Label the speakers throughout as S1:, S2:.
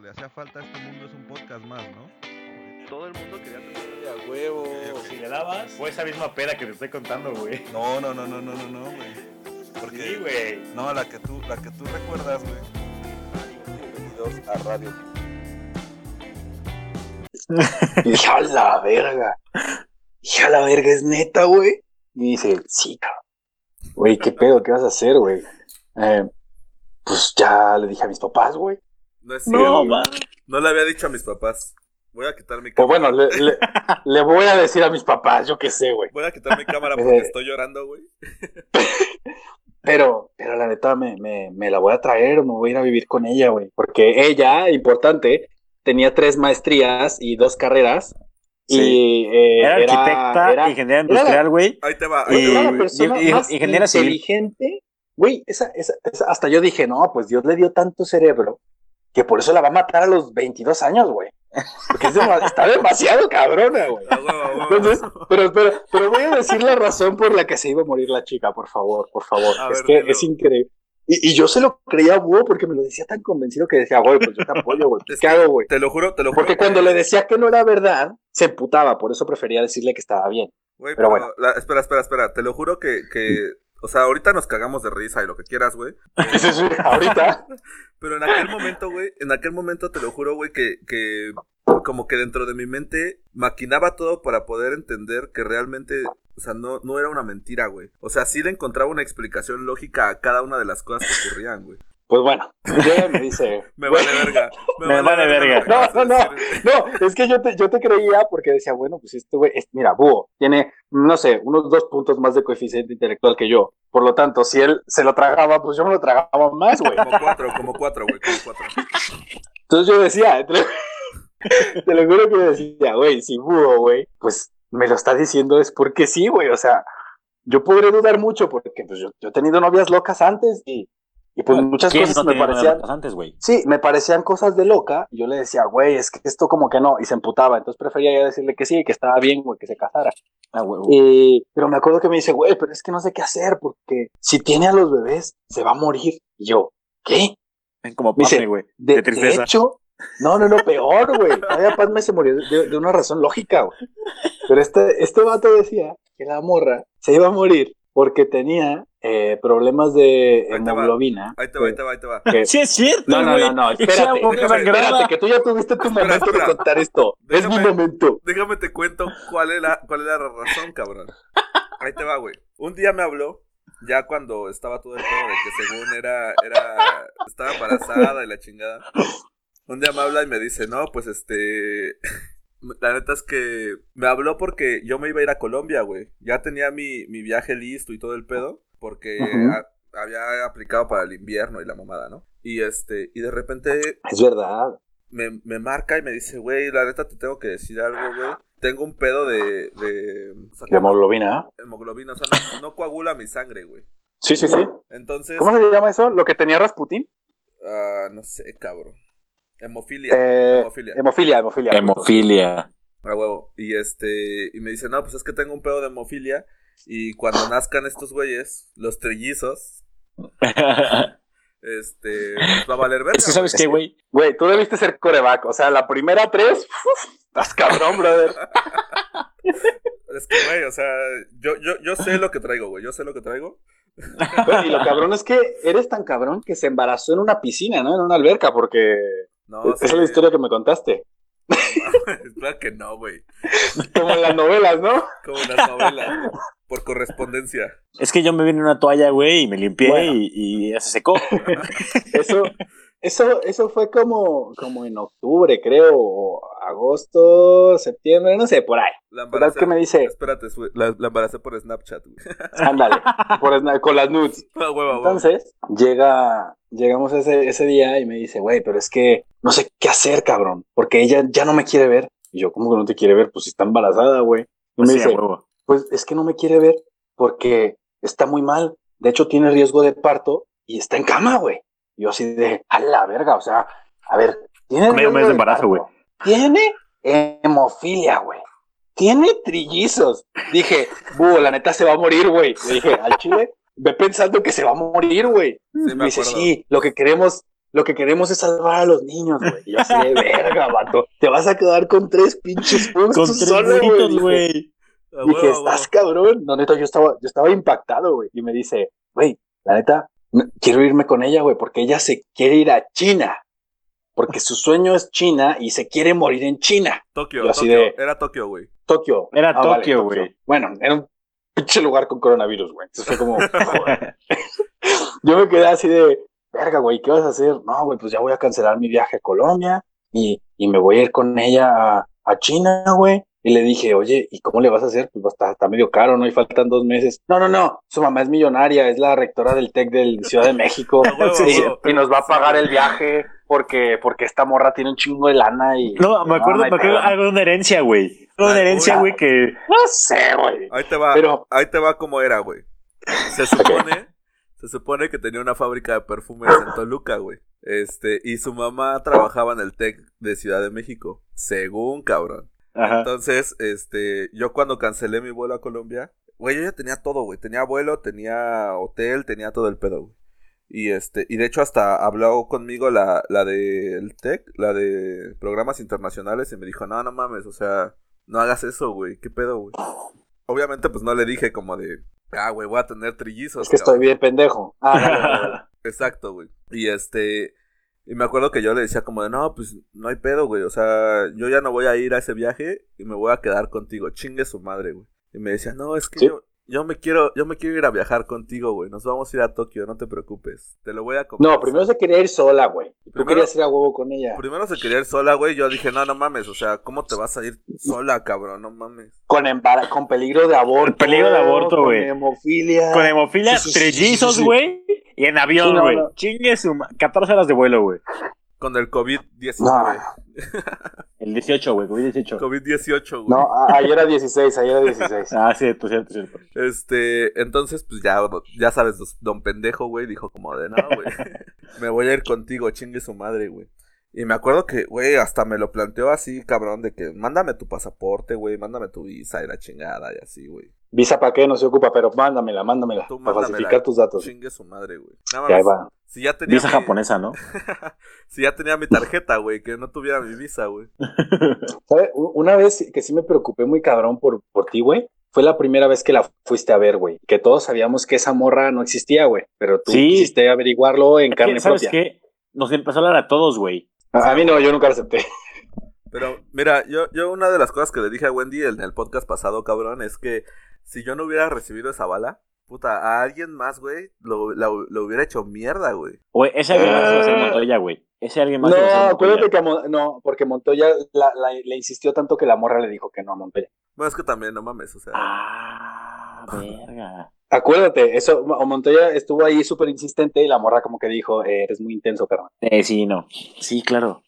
S1: le hacía falta a este mundo es un podcast más, ¿no?
S2: Todo el mundo quería tener.
S3: A huevo.
S4: Si le dabas, fue esa misma pera que te estoy contando, güey.
S1: No, no, no, no, no, no, no, güey. Porque
S4: Sí, güey.
S1: no, la que tú, la que tú recuerdas, güey.
S3: Bienvenidos a Radio.
S5: Hija la verga. Hija la verga, es neta, güey. Y dice, sí, cabrón. Güey, ¿qué pedo? ¿Qué vas a hacer, güey? Eh, pues ya le dije a mis papás, güey.
S3: No es cierto. No le había dicho a mis papás. Voy a quitar mi
S5: Pues
S3: cámara.
S5: bueno, le, le- le voy a decir a mis papás, yo qué sé, güey.
S3: Voy a quitar mi cámara
S5: Eh.
S3: porque estoy llorando, güey.
S5: Pero, pero la neta me, me, me la voy a traer o me voy a ir a vivir con ella, güey. Porque ella, importante, tenía tres maestrías y dos carreras. Y eh,
S4: Era arquitecta,
S5: era-
S4: ingeniera industrial, güey.
S3: Ahí te va. Ahí
S4: Y-
S3: te va
S5: era
S3: güey.
S5: la persona
S4: y- y-
S5: más
S4: ingeniera civil.
S5: inteligente. Güey, esa, esa- esa- hasta yo dije, no, pues Dios le dio tanto cerebro que por eso la va a matar a los 22 años, güey. Porque es dema- está demasiado cabrona, güey.
S3: A huevo, a huevo.
S5: Entonces, pero, pero, pero voy a decir la razón por la que se iba a morir la chica, por favor, por favor.
S3: A
S5: es
S3: ver,
S5: que
S3: dilo.
S5: es increíble. Y, y yo se lo creía a Búho porque me lo decía tan convencido que decía, güey, pues yo te apoyo, güey.
S3: Es
S5: ¿Qué hago, güey?
S3: Te lo juro, te lo juro.
S5: Porque cuando le decía que no era verdad, se emputaba, por eso prefería decirle que estaba bien.
S3: Güey, pero
S5: Pero bueno.
S3: la- espera, espera, espera. Te lo juro que, que. O sea, ahorita nos cagamos de risa y lo que quieras, güey.
S5: Ahorita,
S3: Pero en aquel momento, güey. En aquel momento te lo juro, güey, que, que. Como que dentro de mi mente maquinaba todo para poder entender que realmente. O sea, no, no era una mentira, güey. O sea, sí le encontraba una explicación lógica a cada una de las cosas que ocurrían, güey.
S5: pues bueno, llega y me dice,
S3: Me vale verga.
S4: Me vale
S3: lo que
S5: verga.
S3: acabas
S5: No,
S3: de
S5: no,
S3: decir.
S5: No, es que yo te, yo te creía porque decía, bueno, pues este güey, es- mira, Búho tiene, no sé, unos dos puntos más de coeficiente intelectual que yo. Por lo tanto, si él se lo tragaba, pues yo me lo tragaba más, güey.
S3: Como cuatro, como cuatro, güey, como cuatro.
S5: Entonces yo decía, te lo, te lo juro que yo decía, güey, si Búho, güey, pues me lo está diciendo es porque sí, güey. O sea, yo podré dudar mucho porque pues yo, yo he tenido novias locas antes y, y pues muchas
S4: ¿Quién
S5: cosas
S4: no
S5: me
S4: tenía una de
S5: parecían...
S4: las antes, güey?
S5: Sí, me parecían cosas de loca. y Yo le decía, güey, es que esto como que no. Y se emputaba. Entonces prefería yo decirle que sí, que estaba bien, güey, que se casara.
S4: Ah, huevo.
S5: Y, pero me acuerdo que me dice, güey, pero es que no sé qué hacer porque si tiene a los bebés, se va a morir. Y yo, ¿qué?
S4: Es como
S5: Dice,
S4: Pame, güey.
S5: De,
S4: Qué tristeza.
S5: de hecho, no, no, no, peor, güey. Todavía Padme se murió de, de una razón lógica, güey. Pero este, este vato decía que la morra se iba a morir porque tenía eh, problemas de
S3: Ahí te va.
S5: hemoglobina.
S3: Ahí te va, ahí te va, ahí te va.
S5: que-
S4: Sí, es cierto,
S5: No, no,
S4: güey.
S5: no, no,
S4: Esa
S5: espérate.
S4: boca
S3: déjame-
S4: sangrada.
S5: Espérate, que tú ya tuviste tu
S3: Espera,
S5: momento
S3: espera.
S5: de contar esto. Es mi
S3: Déjame-
S5: momento.
S3: Déjame te cuento cuál era, cuál era la razón, cabrón. Ahí te va, güey. Un día me habló, ya cuando estaba todo el pedo de que según era, era, estaba embarazada y la chingada. Un día me habla y me dice, no, pues este, la neta es que me habló porque yo me iba a ir a Colombia, güey. Ya tenía mi, mi viaje listo y todo el pedo, porque
S5: Ujú.
S3: a- había aplicado para el invierno y la mamada, ¿no? Y este, y de repente
S5: Es verdad.
S3: me, me marca y me dice, güey, la neta te tengo que decir algo, güey. Tengo un pedo de. de. o sea,
S5: La hemoglobina.
S3: hemoglobina, o sea, no, no coagula mi sangre, güey.
S5: Sí, sí, sí.
S3: Entonces,
S5: ¿Cómo se llama eso? ¿Lo que tenía Rasputin?
S3: ah, no sé, cabrón. Hemofilia.
S5: Eh,
S3: hemofilia.
S5: hemofilia, hemofilia.
S4: Hemofilia.
S3: A huevo. Y este. Y me dice, no, pues es que tengo un pedo de hemofilia. Y cuando nazcan estos güeyes, los trillizos, este. pues va a valer verga.
S4: es que, ¿sabes
S3: güey.
S4: qué, güey?
S5: Güey, tú debiste ser coreback. O sea, la primera tres, uf, estás cabrón, brother.
S3: Es que, güey, o sea, yo, yo, yo sé lo que traigo, güey. Yo sé lo que traigo.
S5: Güey, y lo cabrón es que eres tan cabrón que se embarazó en una piscina, ¿no? En una alberca, porque
S3: No,
S5: esa es
S3: Oh, sí.
S5: la historia que me contaste.
S3: claro que no, güey.
S5: Como en las novelas, ¿no?
S3: Como las novelas, güey. Por correspondencia.
S4: Es que yo me vine en una toalla, güey, y me limpié
S5: Bueno.
S4: y, y ya se secó.
S5: Eso, eso, eso fue como, como en octubre, creo, o agosto, septiembre, no sé, por ahí.
S3: La
S5: ¿Verdad
S3: embaracé.
S5: que me dice?
S3: Espérate, su- la, la embaracé por Snapchat, güey.
S5: Ándale, por las- con las nudes.
S3: Ah, hueva, hueva.
S5: Entonces, llega, llegamos ese, ese día y me dice, güey, pero es que no sé qué hacer, cabrón, porque ella ya no me quiere ver. Y yo, ¿cómo que no te quiere ver? Pues está embarazada, güey. Y me
S4: Sí,
S5: dice,
S4: a huevo.
S5: pues es que no me quiere ver porque está muy mal. De hecho, tiene riesgo de parto y está en cama, güey. Yo así de, a la verga, o sea, a ver, tiene
S4: Medio
S5: riesgo
S4: mes de
S5: de
S4: embarazo,
S5: parto,
S4: güey.
S5: Tiene hemofilia, güey. Tiene trillizos. Dije, buh, la neta se va a morir, güey. Le dije, al chile, ve pensando que se va a morir, güey.
S3: Sí,
S5: me
S3: me
S5: dice,
S3: acuerdo.
S5: sí, lo que queremos, Lo que queremos es salvar a los niños, güey. Y Yo así de verga, vato. Te vas a quedar con tres pinches
S6: Con
S5: puntos "Pues,
S6: tres
S5: solo, güey.
S6: gritos,
S5: Dije,
S6: güey.
S3: A huevo,
S5: Dije,
S3: a
S5: estás cabrón. No, neta, yo estaba, yo estaba impactado, güey. Y me dice, güey, la neta, no- quiero irme con ella, güey, porque ella se quiere ir a China. Porque su sueño es China y se quiere morir en China.
S3: Tokio,
S5: Yo así
S3: Tokio.
S5: de-
S3: Era Tokio, güey.
S5: Tokio.
S6: Era
S5: Ah, vale,
S6: Tokio, güey.
S5: Bueno, era un pinche lugar con coronavirus, güey. Entonces fue como, joder. Yo me quedé así de, verga, güey, ¿qué vas a hacer? No, güey, pues ya voy a cancelar mi viaje a Colombia y, y me voy a ir con ella a, a China, güey. Y le dije, oye, ¿y cómo le vas a hacer? Pues está, está medio caro, ¿no? Y faltan dos meses. No, no, no, su mamá es millonaria, es la rectora del TEC del Ciudad de México.
S3: A huevo, a
S5: Sí,
S3: huevo.
S5: y nos va a pagar el viaje porque, porque esta morra tiene un chingo de lana y...
S6: No, me acuerdo,
S5: hay
S6: me acuerdo
S5: pedo,
S6: algo de una herencia, güey. Algo de una
S3: Ah,
S6: herencia,
S5: hola.
S6: güey, que.
S5: No sé, güey.
S3: Ahí te va,
S5: Pero-
S3: ahí te va como era, güey. Se supone, se supone que tenía una fábrica de perfumes en Toluca, güey. Este, y su mamá trabajaba en el TEC de Ciudad de México, según cabrón.
S6: Ajá.
S3: Entonces, este, yo cuando cancelé mi vuelo a Colombia, güey, yo ya tenía todo, güey. Tenía vuelo, tenía hotel, tenía todo el pedo, güey. Y este, y de hecho hasta habló conmigo la, la del TEC, la de programas internacionales, y me dijo, no, no mames, o sea, no hagas eso, güey, qué pedo, güey. Obviamente, pues no le dije como de, ah, güey, voy a tener trillizos.
S5: Es que estoy
S3: cabrón".
S5: bien pendejo. Ah, vale, vale, vale.
S3: Exacto, güey. Y este. Y me acuerdo que yo le decía como de, no, pues no hay pedo, güey. O sea, yo ya no voy a ir a ese viaje y me voy a quedar contigo. Chingue su madre, güey. Y me decía, no, es que
S5: Sí.
S3: yo, yo me quiero, yo me quiero ir a viajar contigo, güey. Nos vamos a ir a Tokio, no te preocupes. Te lo voy a comprar.
S5: No, primero se quería ir sola, güey. Y Tú
S3: Primero-
S5: querías ir a huevo con ella.
S3: Primero se quería ir sola, güey. Yo dije, no, no mames. O sea, ¿cómo te vas a ir sola, cabrón? No mames.
S5: Con, embara- con peligro de aborto.
S6: peligro de aborto,
S5: con
S6: güey.
S5: hemofilia.
S6: Con hemofilia,
S5: Ah, Sí, sí, sí, sí,
S6: trellizos,
S5: sí.
S6: güey. Y en
S5: Sí,
S6: avión,
S5: no,
S6: güey.
S5: no.
S6: Chingue su ma- 14 horas de vuelo, güey.
S3: Con el COVID-19.
S6: El 18, güey, COVID 18.
S3: COVID-18, güey.
S5: No, a- ayer era 16, ayer era 16.
S6: Ah, sí, pues cierto, cierto.
S3: Este, entonces, pues ya, ya sabes, dos- don pendejo, güey, dijo como de, no, güey, me voy a ir contigo, chingue su madre, güey. Y me acuerdo que, güey, hasta me lo planteó así, cabrón, de que mándame tu pasaporte, güey, mándame tu visa y la chingada y así, güey.
S5: Visa para qué, no se ocupa, pero mándamela, mándamela.
S3: Tú
S5: para
S3: mándamela.
S5: falsificar tus datos.
S3: Chingue su madre, güey. Nada
S5: Y ahí
S3: más,
S5: va.
S3: si ya tenía
S6: Visa
S3: mi-
S6: japonesa, ¿no?
S3: si ya tenía mi tarjeta, güey, que no tuviera mi visa, güey.
S5: ¿Sabe? U- Una vez que sí me preocupé muy cabrón por, por ti, güey. Fue la primera vez que la fuiste a ver, güey. Que todos sabíamos que esa morra no existía, güey. Pero tú
S6: Sí.
S5: quisiste averiguarlo en
S6: Es que,
S5: carne
S6: ¿Sabes
S5: propia.
S6: qué? Nos empezó a hablar a todos, güey.
S5: A a mí no, yo nunca lo acepté.
S3: Pero, mira, yo, yo una de las cosas que le dije a Wendy en el podcast pasado, cabrón, es que si yo no hubiera recibido esa bala, puta, a alguien más, güey, lo, la- lo hubiera hecho mierda, güey.
S6: Güey, ese alguien más se va a hacer Montoya, güey. Ese alguien
S5: Ah.
S6: más
S5: No,
S6: se va a hacer Montoya.
S5: acuérdate que a Mon- no, porque Montoya la- la- le insistió tanto que la morra le dijo que no a Montoya.
S3: Bueno, es que también, no mames, o sea.
S6: Ah, verga.
S5: Acuérdate, eso, o Montoya estuvo ahí súper insistente y la morra como que dijo, eh, eres muy intenso, carnal.
S6: Eh, sí, no. Sí, claro.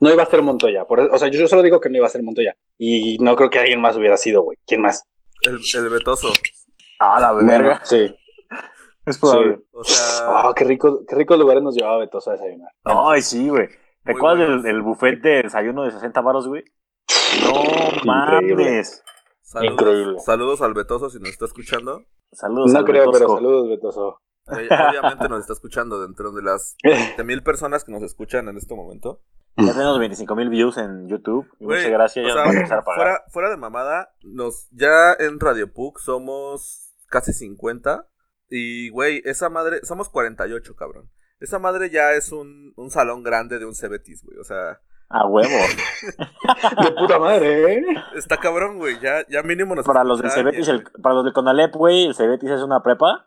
S5: No iba a ser Montoya, por, o sea, yo, yo solo digo que no iba a ser Montoya. Y no creo que alguien más hubiera sido, güey. ¿Quién más?
S3: El, el Betoso.
S5: Ah, la
S6: verga.
S5: Sí.
S6: Es
S5: probable.
S3: O sea.
S5: Ah, qué rico, qué ricos lugares nos llevaba Betoso a desayunar.
S6: Ay, sí, güey. ¿Te
S3: Muy
S6: acuerdas
S3: buenos.
S6: del, del buffet de desayuno de 60 varos, güey? No
S5: Increíble.
S6: mames.
S3: saludos,
S5: increíble.
S3: saludos al Betoso si nos está escuchando.
S6: Saludos.
S5: No
S6: al
S5: creo, pero
S6: Betosco.
S5: saludos, Betoso.
S3: Eh, Obviamente nos está escuchando dentro de las 20 mil personas que nos escuchan en este momento.
S6: Ya tenemos 25 mil views en YouTube.
S3: Güey,
S6: Muchas gracias.
S3: o
S6: Ya
S3: sea,
S6: nos van a empezar a pagar.
S3: fuera, fuera de mamada, nos, ya en Radio Puc somos casi 50. Y, güey, esa madre, somos 48, cabrón. Esa madre ya es un, un salón grande de un Cebetis, güey. O sea,
S6: A huevo.
S5: De puta madre, ¿eh?
S3: está cabrón, güey. Ya, ya mínimo nos.
S6: Para los del
S3: escuchan,
S6: Cebetis,
S3: y-
S6: el- para los del Conalep, güey, el Cebetis es una prepa.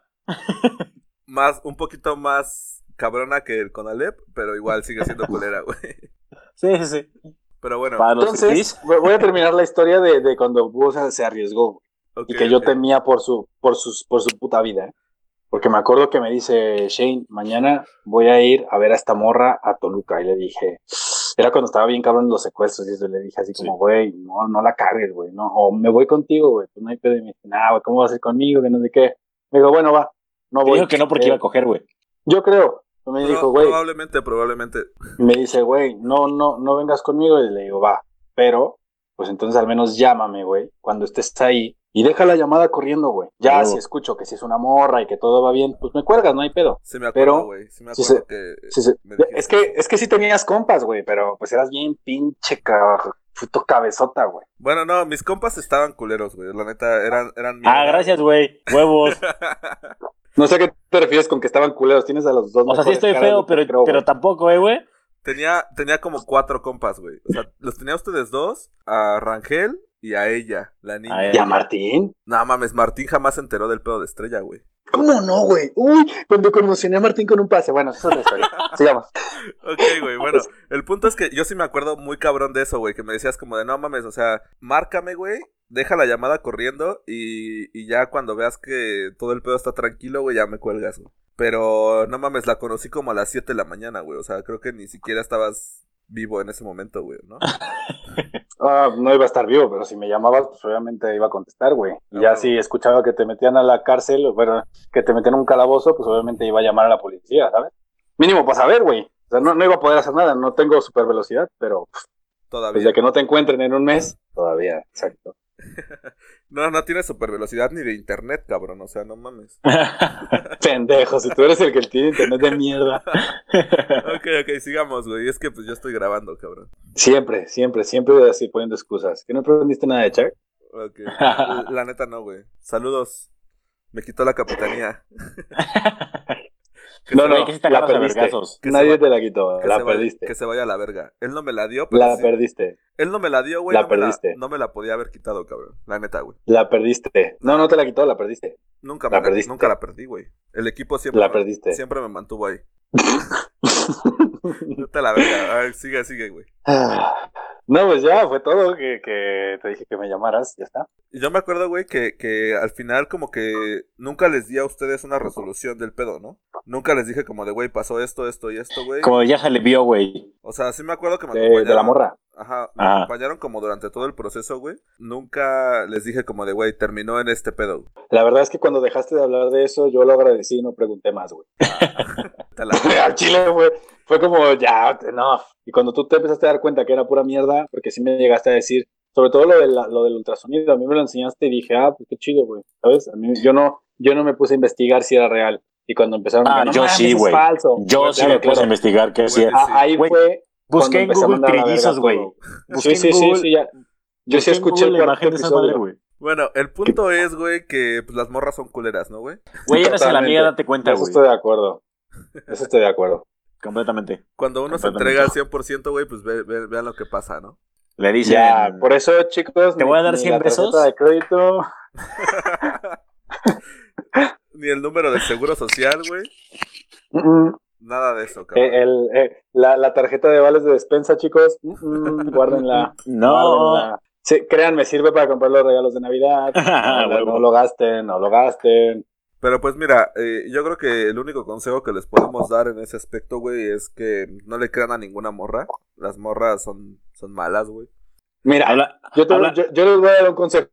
S3: Más, un poquito más cabrona que el Conalep, pero igual sigue siendo culera, güey.
S6: Sí, sí, sí.
S3: Pero bueno.
S6: Para los
S5: Entonces,
S6: Cebetis.
S5: voy voy a terminar la historia de, de cuando Busa se arriesgó,
S3: ok,
S5: y que yo
S3: ok.
S5: temía por su, por sus, por su puta vida. ¿eh? Porque me acuerdo que me dice Shane, mañana voy a ir a ver a esta morra a Toluca. Y le dije, era cuando estaba bien cabrón en los secuestros. Y eso, le dije así como, güey, no, no la cargues, güey, no. O me voy contigo, güey, pues no hay pedo. Y me dice, nah, güey, ¿cómo vas a ir conmigo? Que no sé qué. Me dijo, bueno, va, no
S6: Te
S5: voy.
S6: dijo que no porque
S5: Eh,
S6: iba a coger, güey.
S5: Yo creo. Me
S3: Pro-
S5: dijo, güey,
S3: probablemente, probablemente.
S5: me dice, güey, no, no, no vengas conmigo. Y le digo, va, pero, pues entonces al menos llámame, güey, cuando estés ahí Y deja la llamada corriendo, güey. Ya
S6: Huevo.
S5: si escucho que si es una morra y que todo va bien, pues me cuelgas, no hay pedo.
S3: Se me acuerdo,
S5: Pero-
S3: güey. Se me
S5: sí,
S3: acuerdo que.
S5: Sí, sí.
S3: me dijiste.
S5: Es que, es que sí tenías compas, güey, pero pues eras bien pinche ca- puto cabezota, güey.
S3: Bueno, no, mis compas estaban culeros, güey. La neta, eran. eran
S6: Ah, gracias, güey. Huevos.
S5: No sé a qué te refieres con que estaban culeros, tienes a los dos.
S6: O sea, sí
S5: mejores
S6: estoy
S5: caras,
S6: feo,
S5: no te
S6: pero,
S5: creo,
S6: pero
S5: güey.
S6: tampoco, eh, güey.
S3: Tenía, tenía como cuatro compas, güey. O sea, los tenía ustedes dos, a Rangel y a ella, la niña.
S6: A
S5: ¿Y
S6: ella.
S5: a Martín?
S3: No mames, Martín jamás se enteró del pedo de estrella, güey.
S5: ¿Cómo no, güey? Uy, cuando conmocioné a Martín con un pase. Bueno, eso es la historia. Sigamos.
S3: Ok, güey, bueno. El punto es que yo sí me acuerdo muy cabrón de eso, güey. Que me decías como de, no mames, o sea, márcame, güey. Deja la llamada corriendo y, y ya cuando veas que todo el pedo está tranquilo, güey, ya me cuelgas, güey. Pero no mames, la conocí como a las 7 de la mañana, güey. O sea, creo que ni siquiera estabas vivo en ese momento, güey, ¿no?
S5: Ah, no iba a estar vivo, pero si me llamabas, pues obviamente iba a contestar, güey.
S3: Ah,
S5: ya
S3: bueno.
S5: si escuchaba que te metían a la cárcel, o bueno, que te metían a un calabozo, pues obviamente iba a llamar a la policía, ¿sabes? Mínimo para saber, güey. O sea, no, no iba a poder hacer nada, no tengo super velocidad, pero pues,
S3: Todavía.
S5: desde que no te encuentren en un mes, todavía, exacto.
S3: No, no tiene super velocidad ni de internet, cabrón. O sea, no mames.
S5: Pendejo, si tú eres el que tiene internet de mierda.
S3: Ok, ok, sigamos, güey. Es que pues yo estoy grabando, cabrón.
S5: Siempre, siempre, siempre voy a decir poniendo excusas. ¿Que no aprendiste nada de Chuck?
S3: Ok. La la neta no, güey. Saludos. Me quitó la capitanía. Que
S5: No,
S3: se va-
S5: no,
S6: Güey, que sí te
S5: la
S6: agarras a
S5: perdiste.
S6: vergazos.
S3: Que
S5: Nadie
S3: se va-
S5: te la quitó,
S3: que
S5: la
S3: se vaya- que
S5: perdiste.
S3: se vaya a la verga. Él no me la dio, pero
S5: La
S3: sí.
S5: perdiste,
S3: Él no me la dio, güey.
S5: La
S3: no, me la-
S5: perdiste.
S3: no me la podía haber quitado, cabrón. La neta, güey.
S5: la perdiste. No, no te la quitó, la perdiste.
S3: Nunca me
S5: La
S3: la,
S5: perdiste.
S3: nunca la perdí, güey. El equipo siempre,
S5: La
S3: me-
S5: perdiste.
S3: siempre me mantuvo ahí. Vete a la verga. A ver, sigue, sigue, güey.
S5: Ah, No, pues ya, fue todo que, que te dije que me llamaras, ya está.
S3: Y Yo me acuerdo, güey, que, que al final como que nunca les di a ustedes una resolución del pedo, ¿no? Nunca les dije como de, güey, pasó esto, esto y esto, güey.
S6: Como ya se le vio, güey.
S3: O sea, sí me acuerdo que me
S5: De,
S3: acompañaron.
S5: de la morra.
S3: Ajá, me
S5: Ah.
S6: Ajá.
S3: acompañaron como durante todo el proceso, güey. Nunca les dije como de, güey, terminó en este pedo. güey.
S5: La verdad es que cuando dejaste de hablar de eso, yo lo agradecí y no pregunté más, güey.
S3: Te la-
S5: Al chile fue, fue como, ya, no. Y cuando tú te empezaste a dar cuenta que era pura mierda, porque sí me llegaste a decir, sobre todo lo, de la- lo del ultrasonido, a mí me lo enseñaste y dije, ah, pues qué chido, güey. ¿Sabes? A mí, yo, no, yo no me puse a investigar si era real. Y cuando empezaron
S6: Ah,
S5: no
S6: yo
S5: mames,
S6: sí,
S5: eso es
S6: güey.
S5: falso.
S6: Yo
S5: Claro,
S6: sí me puse
S5: claro.
S6: a investigar qué
S3: Güey,
S6: hacía.
S5: Ah, ahí
S6: Güey,
S5: fue. cuando
S6: Busqué en
S5: empecé a
S6: Google
S5: mandar a la verga
S6: trillizos, güey.
S5: todo.
S6: Busqué
S5: Sí,
S6: en
S5: sí, sí,
S6: Google-
S5: sí, ya. Yo sí
S6: busqué en
S5: escuché el
S6: Google la
S5: cuarto
S6: imagen de esa madre,
S5: episodio.
S6: güey.
S3: Bueno, el punto es, güey, que pues, las morras son culeras, ¿no, güey?
S6: Güey, eres la amiga,
S5: Totalmente.
S6: date cuenta,
S5: Eso
S6: güey.
S5: estoy de acuerdo. Eso estoy de acuerdo.
S6: Completamente.
S3: Cuando uno se
S6: Completamente.
S3: entrega al 100%, güey, pues ve- ve- vean lo que pasa, ¿no?
S6: Le dicen.
S5: Ya, por eso, chicos.
S6: ¿Te
S5: ni-
S6: voy a dar
S5: ni
S6: 100
S5: la tarjeta
S6: besos?
S5: de crédito.
S3: Ni el número de seguro social, güey.
S5: Mm, mm.
S3: Nada de eso, cabrón.
S5: Eh, el, eh, la, la tarjeta de vales de despensa, chicos. Mm, mm, guárdenla.
S6: No.
S5: guárdenla. Sí, créanme, sirve para comprar los regalos de Navidad. No,
S6: Ah, Huevo.
S5: no lo gasten, no lo gasten.
S3: Pero pues mira, eh, yo creo que el único consejo que les podemos dar en ese aspecto, güey, es que no le crean a ninguna morra. Las morras son, son malas, güey.
S5: Mira,
S6: Habla-
S5: Yo, te-
S6: Habla-
S5: yo- yo les voy a dar un consejo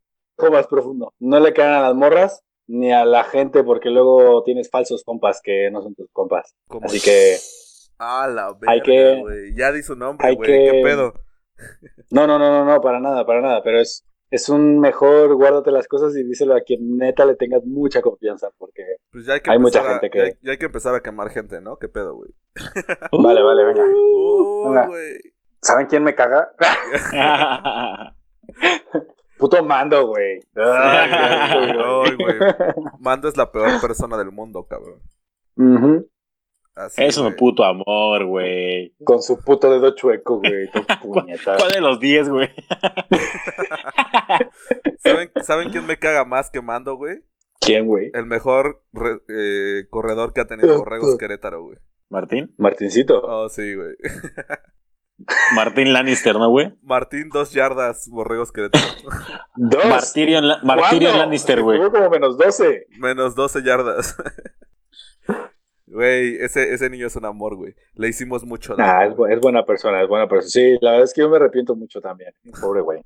S5: más profundo. No le crean a las morras ni a la gente porque luego tienes falsos compas que no son tus compas.
S3: Como
S5: Así que
S3: A la
S5: Hay
S3: verga,
S5: que-
S3: güey. Ya di su nombre,
S5: hay
S3: güey. ¿Qué
S5: que-
S3: pedo?
S5: no, no, no, no, no, para nada, para nada. Pero es, es un mejor guárdate las cosas y díselo a quien neta le tengas mucha confianza porque...
S3: Pues ya hay que
S5: Hay
S3: empezar
S5: mucha
S3: a-
S5: gente que-
S3: ya hay- ya hay que empezar a quemar gente, ¿no? ¿Qué pedo, güey?
S5: Vale, vale, venga.
S6: Uh.
S3: Uy,
S5: venga.
S3: güey.
S5: ¿Saben quién me caga? Puto mando, güey.
S3: Ay,
S5: Ay, güey.
S3: güey, güey. Mando es la peor persona del mundo, cabrón.
S5: Ujú.
S3: Así,
S6: Eso es
S3: güey.
S6: un puto amor, güey.
S5: Con su puto dedo chueco, güey. con puñetas.
S6: ¿Cuál de los 10, güey?
S3: ¿Saben, ¿Saben quién me caga más que Mando, güey?
S5: ¿Quién, güey?
S3: El mejor re- eh, corredor que ha tenido Borregos Querétaro, güey.
S6: Martín.
S5: Martincito.
S3: Oh, sí, güey.
S6: Martín Lannister, ¿no, güey?
S3: Martín, dos yardas, Borregos Querétaro.
S5: Dos.
S6: Martirion, La- Martirion
S5: ¿Cuándo?
S6: Lannister, güey.
S5: Estuvo como menos 12.
S3: Menos 12 yardas. Güey, ese, ese niño es un amor, güey. Le hicimos mucho
S5: Nah, es,
S3: daño.
S5: bu- es buena persona, es buena persona. Sí, la verdad es que yo me arrepiento mucho también. Pobre güey.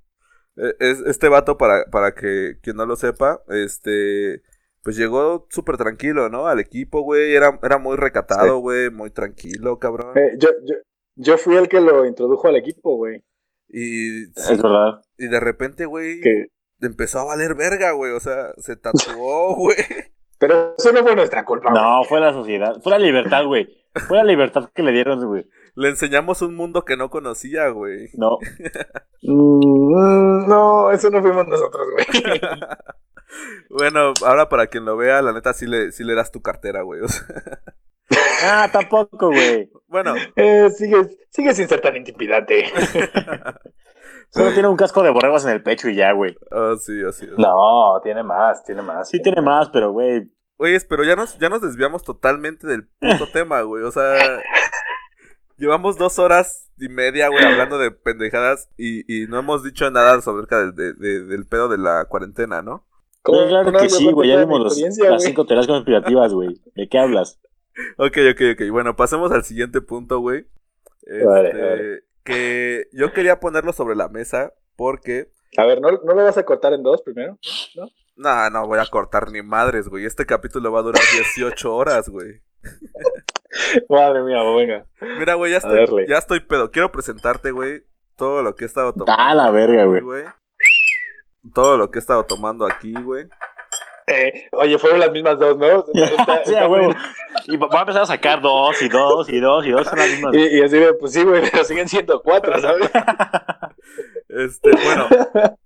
S3: Eh, es- este vato, para, para que quien no lo sepa, este, pues llegó súper tranquilo, ¿no? Al equipo, güey. Era, era muy recatado, güey. Muy tranquilo, cabrón.
S5: Eh, yo, yo, yo fui el que lo introdujo al equipo, güey.
S3: Y,
S6: Es verdad.
S3: y de repente, güey,
S5: Que
S3: empezó a valer verga, güey. O sea, se tatuó, güey.
S5: Pero eso no fue nuestra culpa, güey.
S6: No, fue la sociedad. Fue la libertad, güey. Fue la libertad que le dieron, güey.
S3: Le enseñamos un mundo que no conocía, güey.
S6: No.
S5: Mm, No, eso no fuimos nosotros, güey.
S3: Bueno, ahora para quien lo vea, la neta sí le, sí le das tu cartera, güey. o sea,
S6: Ah, tampoco, güey.
S3: bueno,
S5: Eh, sigue, sigue sin ser tan intimidante.
S6: Solo tiene un casco de borregos en el pecho y ya, güey.
S3: así, así. así.
S5: No, tiene más, tiene más.
S6: Sí tiene más, pero, güey.
S3: Oye, pero ya nos, ya nos desviamos totalmente del puto tema, güey. O sea, llevamos dos horas y media, güey, hablando de pendejadas y, y no hemos dicho nada sobre de, de- de- del pedo de la cuarentena, ¿no?
S6: Pues claro que sí, güey. Ya vimos los- las
S5: cinco.
S6: cinco teorías conspirativas, güey. ¿De qué hablas?
S3: Ok, ok, ok. Bueno, pasemos al siguiente punto, güey. Este,
S5: Vale, vale.
S3: Que yo quería ponerlo sobre la mesa porque...
S5: A ver, ¿no, ¿no lo vas a cortar en dos primero?
S3: No, no voy a cortar ni madres, güey. Este capítulo va a durar 18 horas, güey.
S5: Madre mía, venga.
S3: Mira, güey, ya
S5: A
S3: estoy,
S5: verle.
S3: ya estoy pedo. Quiero presentarte, güey, todo lo que he estado tomando.
S6: A la verga, güey.
S3: güey. Todo lo que he estado tomando aquí, güey.
S5: Eh, oye, fueron las mismas dos, ¿no? Está-
S6: Sí,
S5: está
S6: a huevo.
S5: bien.
S6: Y va va a empezar a sacar dos y dos y dos y dos. Son las mismas.
S5: Y, y así de, pues sí, güey, pero siguen siendo cuatro, ¿sabes?
S3: Este, bueno,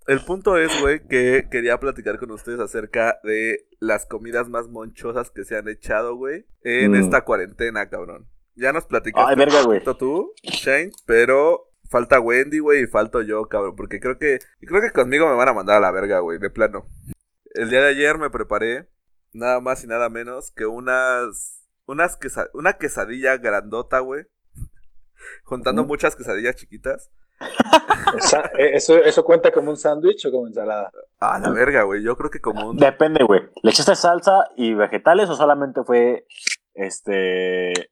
S3: el punto es, güey, que quería platicar con ustedes acerca de las comidas más monchosas que se han echado, güey, en
S6: Mm.
S3: esta cuarentena, cabrón. Ya nos platicaste
S6: Ay, verga,
S3: un
S6: güey.
S3: poquito tú, Shane, pero falta Wendy, güey, y falto yo, cabrón, porque creo que creo que conmigo me van a mandar a la verga, güey, de plano. El día de ayer me preparé nada más y nada menos que unas unas quesa- una quesadilla grandota, güey. Juntando
S6: Ujú.
S3: muchas quesadillas chiquitas.
S5: Sa- eh, ¿Eso, ¿Eso cuenta como un sándwich o como ensalada?
S3: Ah, la verga, güey. Yo creo que como un.
S6: Depende, güey. ¿Le echaste salsa y vegetales o solamente fue este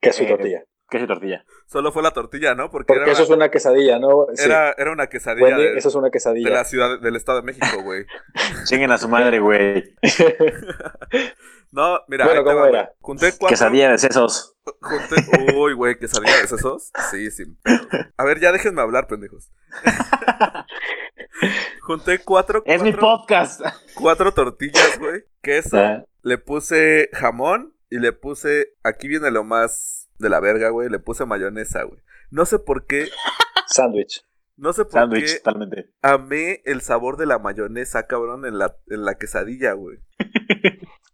S5: Queso y
S6: Eh,
S5: tortilla.
S6: queso y tortilla?
S3: Solo fue la tortilla, ¿no? Porque,
S5: Porque
S3: era,
S5: eso es una quesadilla, ¿no? Sí.
S3: era, era una quesadilla
S5: Wendy,
S3: de,
S5: eso es una quesadilla.
S3: de la ciudad del Estado de México, güey.
S6: Chinguen a su madre, güey.
S3: No, mira,
S5: Bueno,
S3: ahí te
S5: ¿cómo
S3: va, güey.
S5: era?
S3: Junté cuatro.
S6: Quesadilla de sesos.
S3: junté- Uy, güey, quesadilla de sesos. Sí, sin pedo. A ver, ya déjenme hablar, pendejos. junté cuatro.
S6: Es mi Ah.
S3: cuatro-
S6: podcast.
S3: Cuatro tortillas, güey. Queso. Le puse jamón y le puse. Aquí viene lo más de la verga, güey. Le puse mayonesa, güey. No sé por qué.
S5: Sándwich.
S3: No sé por
S6: Sándwich,
S3: qué
S6: totalmente.
S3: Amé el sabor de la mayonesa, cabrón, en la, en la quesadilla, güey.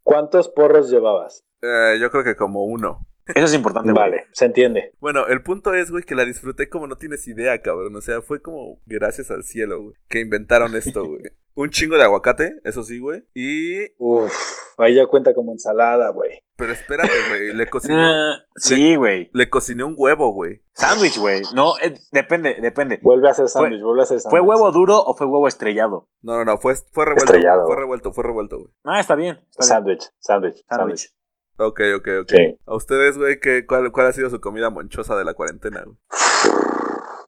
S5: ¿Cuántos porros llevabas?
S3: Eh, yo creo que como uno.
S6: Eso es importante, güey.
S5: Vale, se entiende.
S3: Bueno, el punto es, güey, que la disfruté como no tienes idea, cabrón. O sea, fue como gracias al cielo, güey, que inventaron esto, güey. Un chingo de aguacate, eso sí, güey. Y...
S5: Uf, ahí ya cuenta como ensalada, güey.
S3: Pero espérate, güey. Le cociné,
S6: Ah, sí, güey.
S3: le cociné un huevo, güey.
S6: Sándwich, güey. No, eh, depende, depende.
S5: Vuelve a hacer sándwich, vuelve a hacer sándwich.
S6: ¿Fue huevo duro o fue huevo estrellado?
S3: No, no, no, fue, fue revuelto.
S5: Estrellado.
S3: Fue revuelto, fue revuelto, güey.
S6: Ah, está bien. Está bien.
S5: Sándwich, sándwich, sándwich.
S6: Sándwich.
S3: Ok, ok, ok.
S5: Sí.
S3: A ustedes, güey, ¿qué- cuál, ¿cuál ha sido su comida monchosa de la cuarentena, güey?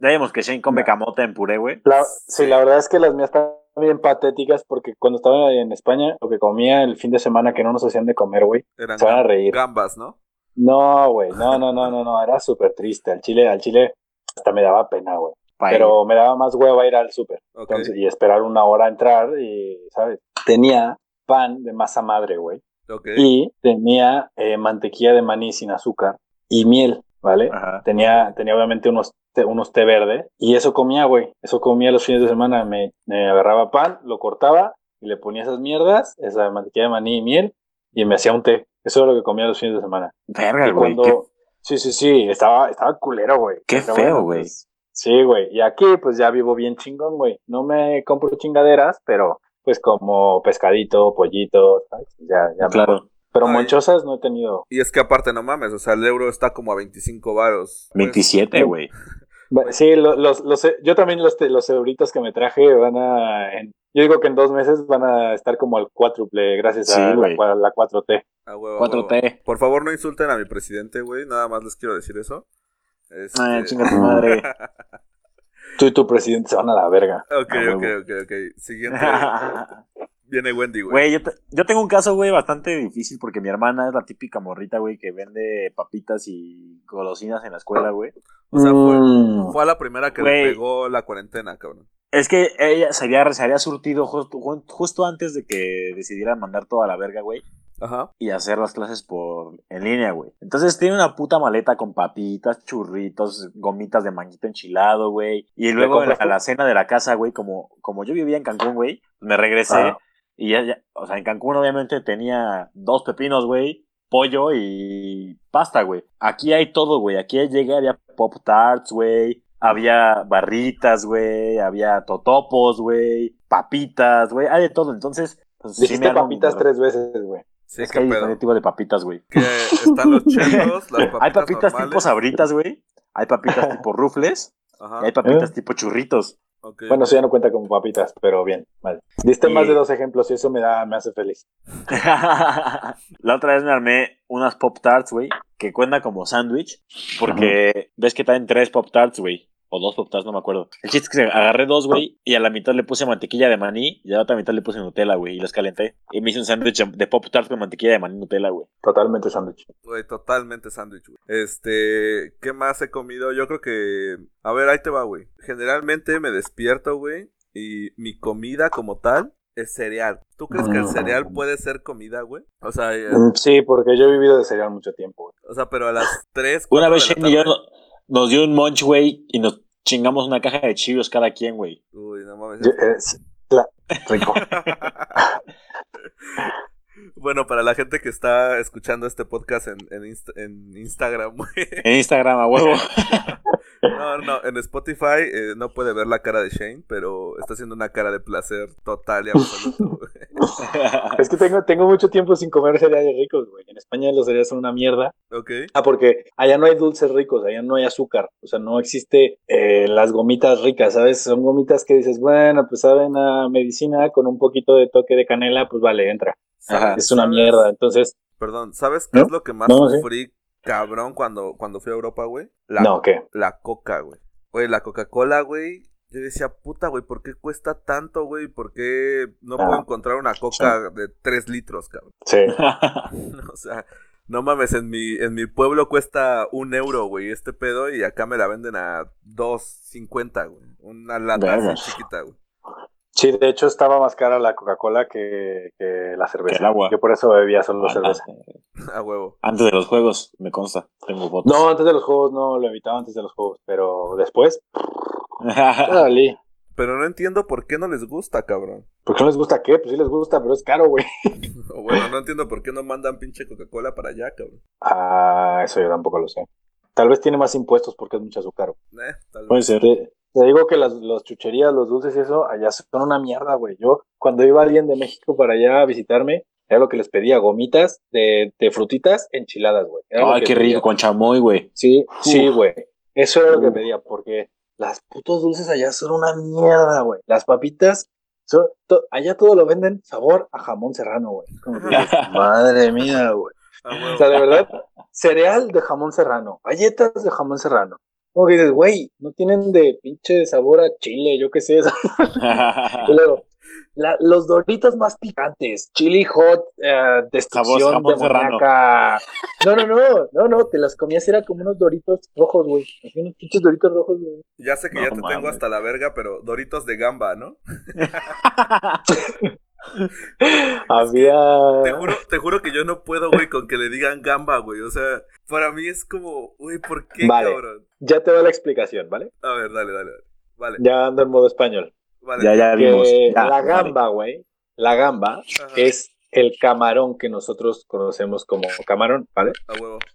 S6: Ya vimos que Shane come
S5: No.
S6: camote en puré, güey.
S5: La- sí, la verdad es que las mías están bien patéticas porque cuando estaba en España, lo que comía el fin de semana que no nos hacían de comer, güey,
S3: Eran
S5: se van a reír.
S3: gambas, ¿no?
S5: No, güey, no, no, no, no, no, era súper triste. Al chile, al chile hasta me daba pena, güey.
S6: Paella.
S5: Pero me daba más hueva ir al súper
S3: Ok.
S5: entonces, y esperar una hora a entrar y, ¿sabes? Tenía pan de masa madre, güey.
S3: ok.
S5: Y tenía eh, mantequilla de maní sin azúcar y miel, ¿vale?
S6: Ajá.
S5: Tenía, tenía obviamente unos té, unos té verde y eso comía, güey. Eso comía los fines de semana. Me, me agarraba pan, lo cortaba y le ponía esas mierdas, esa mantequilla de maní y miel y me hacía un té. Eso era lo que comía los fines de semana.
S6: Verga,
S5: y
S6: Ah, güey.
S5: cuando...
S6: qué-
S5: Sí, sí, sí, estaba, estaba culero, güey.
S6: Qué
S5: Pero
S6: feo,
S5: bueno,
S6: güey.
S5: pues, sí, güey. Y aquí pues ya vivo bien chingón, güey. No me compro chingaderas, pero pues como pescadito, pollito, ¿sabes? Ya, ya me
S6: Claro.
S5: pero
S3: Ay.
S5: monchosas no he tenido.
S3: Y es que aparte, no mames, o sea, el euro está como a 25 varos. Pues,
S6: 27, güey.
S5: Ba- Sí, lo- los, los, yo también los, te- los euritos que me traje van a... en- yo digo que en dos meses van a estar como al cuádruple gracias
S6: Sí,
S5: a la,
S6: güey.
S5: cua- la 4T.
S3: a huevo, a huevo.
S6: 4T.
S3: Por favor, no insulten a mi presidente, güey. Nada más les quiero decir eso.
S5: oh,
S3: Este-
S6: Ah, chinga tu madre.
S5: Tú y tu presidente se van a la verga.
S3: Ok,
S6: A huevo.
S3: ok, ok, ok. Siguiente. Viene Wendy, güey.
S6: Güey, yo, te- yo tengo un caso, güey, bastante difícil porque mi hermana es la típica morrita, güey, que vende papitas y golosinas en la escuela, güey.
S3: O sea, fue,
S5: Mm.
S3: fue a la primera que le
S6: Güey.
S3: pegó la cuarentena, cabrón.
S6: Es que ella se había, se había surtido justo, ju- justo antes de que decidieran mandar toda la verga, güey.
S3: Ajá.
S6: Y hacer las clases por en línea, güey. Entonces tiene una puta maleta con papitas, churritos, gomitas de manguito enchilado, güey. Y luego en la,
S5: compraste?
S6: la cena de la casa, güey, como, como yo vivía en Cancún, güey, me regresé.
S5: Ah.
S6: Y ya, ya- o sea, en Cancún obviamente tenía dos pepinos, güey, pollo y pasta, güey. Aquí hay todo, güey. Aquí llegué, había pop tarts, güey. Había barritas, güey. Había totopos, güey. Papitas, güey. Hay de todo. Entonces, pues, sí me
S5: Dijiste
S6: armo mi
S5: papitas
S6: barra-
S5: tres veces, güey.
S3: Sí,
S6: es que
S3: qué
S6: hay
S3: pedo.
S6: diferente tipo de papitas, güey.
S3: Que están los chetos, las papitas.
S6: Hay papitas
S3: normales.
S6: tipo sabritas, güey. Hay papitas tipo rufles.
S3: Ajá.
S6: Y hay papitas tipo churritos.
S3: ok,
S5: Bueno,
S3: ok.
S5: eso ya no cuenta como papitas, pero bien, vale. Diste
S6: Y-
S5: más de dos ejemplos y eso me da, me hace feliz.
S6: La otra vez me armé unas Pop Tarts, güey, que cuentan como sándwich. Porque ves que traen tres Pop Tarts, güey. O dos Pop Tarts, no me acuerdo. El chiste es que agarré dos, güey, y a la mitad le puse mantequilla de maní y a la otra mitad le puse Nutella, güey, y las calenté. Y me hice un sándwich de Pop Tarts con mantequilla de maní y Nutella, güey.
S5: Totalmente sándwich.
S3: Güey, totalmente sándwich, güey. Este, ¿qué más he comido? Yo creo que... A ver, ahí te va, güey. Generalmente me despierto, güey, y mi comida como tal es cereal. ¿Tú crees que el cereal puede ser comida, güey? O sea, eh,
S5: Mm, Sí, porque yo he vivido de cereal mucho tiempo. güey.
S3: o sea pero a las 3,
S6: Una
S3: de
S6: vez
S3: la
S6: Shane y yo
S3: tarde-
S6: no- nos dio un munch, güey, y nos chingamos una caja de chivios cada quien, güey.
S3: Uy, no mames.
S5: Yo- eh, sí, la- rico.
S3: Bueno, para la gente que está escuchando este podcast en, en, Inst- en Instagram, güey.
S6: En Instagram, a huevo.
S3: No, no, en Spotify eh, no puede ver la cara de Shane, pero está haciendo una cara de placer total y absoluto, güey.
S5: Es que tengo, tengo mucho tiempo sin comer cereales ricos, güey. En España los cereales son una mierda.
S3: Ok.
S5: Ah, porque allá no hay dulces ricos, allá no hay azúcar, o sea, no existe eh, las gomitas ricas, ¿sabes? Son gomitas que dices, bueno, pues saben a medicina con un poquito de toque de canela, pues vale, entra.
S6: Ajá.
S5: Es una
S3: ¿Sabes?
S5: mierda, entonces,
S3: Perdón, ¿sabes qué
S5: ¿No?
S3: es lo que más
S5: No, sí.
S3: sufrí, cabrón, cuando, cuando fui a Europa, güey? La,
S5: no, ¿qué?
S3: la coca, güey. Güey, la Coca-Cola, güey. Yo decía, puta, güey, ¿por qué cuesta tanto, güey? ¿Por qué no
S5: Ah,
S3: puedo encontrar una coca de 3 litros, cabrón?
S5: Sí,
S3: o sea, no mames, en mi, en mi pueblo cuesta un euro, güey, este pedo, y acá me la venden a 2.50, güey. Una lata así
S6: Verga.
S3: chiquita, güey.
S5: sí, de hecho estaba más cara la Coca-Cola que, que la cerveza.
S6: Que el agua.
S5: Yo por eso bebía solo cerveza.
S3: A huevo.
S6: Antes de los juegos, me consta. Tengo votos.
S5: No, antes de los juegos no, lo evitaba antes de los juegos, pero después, dale.
S3: Pero no entiendo por qué no les gusta, cabrón.
S5: ¿Por qué no les gusta qué? Pues sí les gusta, pero es caro, güey.
S3: O Bueno, no entiendo por qué no mandan pinche Coca-Cola para allá, cabrón.
S5: Ah, eso yo tampoco lo sé. Tal vez tiene más impuestos porque es mucho azúcar. güey.
S3: Eh, tal
S5: Pues,
S6: Puede
S3: vez.
S6: ser.
S5: Te, te digo que las, las chucherías, los dulces y eso, allá son una mierda, güey. Yo, cuando iba alguien de México para allá a visitarme, era lo que les pedía, gomitas de, de frutitas enchiladas, güey. Era lo
S6: Ay,
S5: que
S6: qué
S5: pedía.
S6: rico, con chamoy, güey.
S5: Sí, sí, güey. Eso era lo que
S6: Uf.
S5: pedía, porque las putos dulces allá son una mierda, güey. Las papitas, son, to- allá todo lo venden sabor a jamón serrano, güey. Como que dices, Madre mía, güey.
S3: A huevo.
S5: O sea, de verdad, cereal de jamón serrano, galletas de jamón serrano. Como que dices, güey, no tienen de pinche sabor a chile, yo qué sé. Y luego, la- los doritos más picantes, chili hot, eh,
S6: Sabor
S5: destrucción
S6: jamón
S5: demoníaca. No, no, no, no, no, te las comías, era como unos doritos rojos, güey. Así unos pinches doritos rojos, güey.
S3: Ya sé que
S6: No
S3: ya te tengo
S6: mames.
S3: hasta la verga, pero Doritos de gamba, ¿no?
S5: Había.
S3: Te juro, te juro que yo no puedo, güey, con que le digan gamba, güey. O sea, para mí es como, güey, ¿por qué,
S5: Vale.
S3: cabrón?
S5: Ya te va la explicación, ¿¿vale?
S3: A ver, dale, dale, dale. Vale,
S5: Ya ando en modo español.
S3: vale.
S6: ya, ya vimos. Ah,
S5: Que
S6: Ya,
S5: la
S6: vale.
S5: gamba, güey. La gamba
S3: Ajá,
S5: es el camarón que nosotros conocemos como camarón, ¿vale?
S3: A huevo.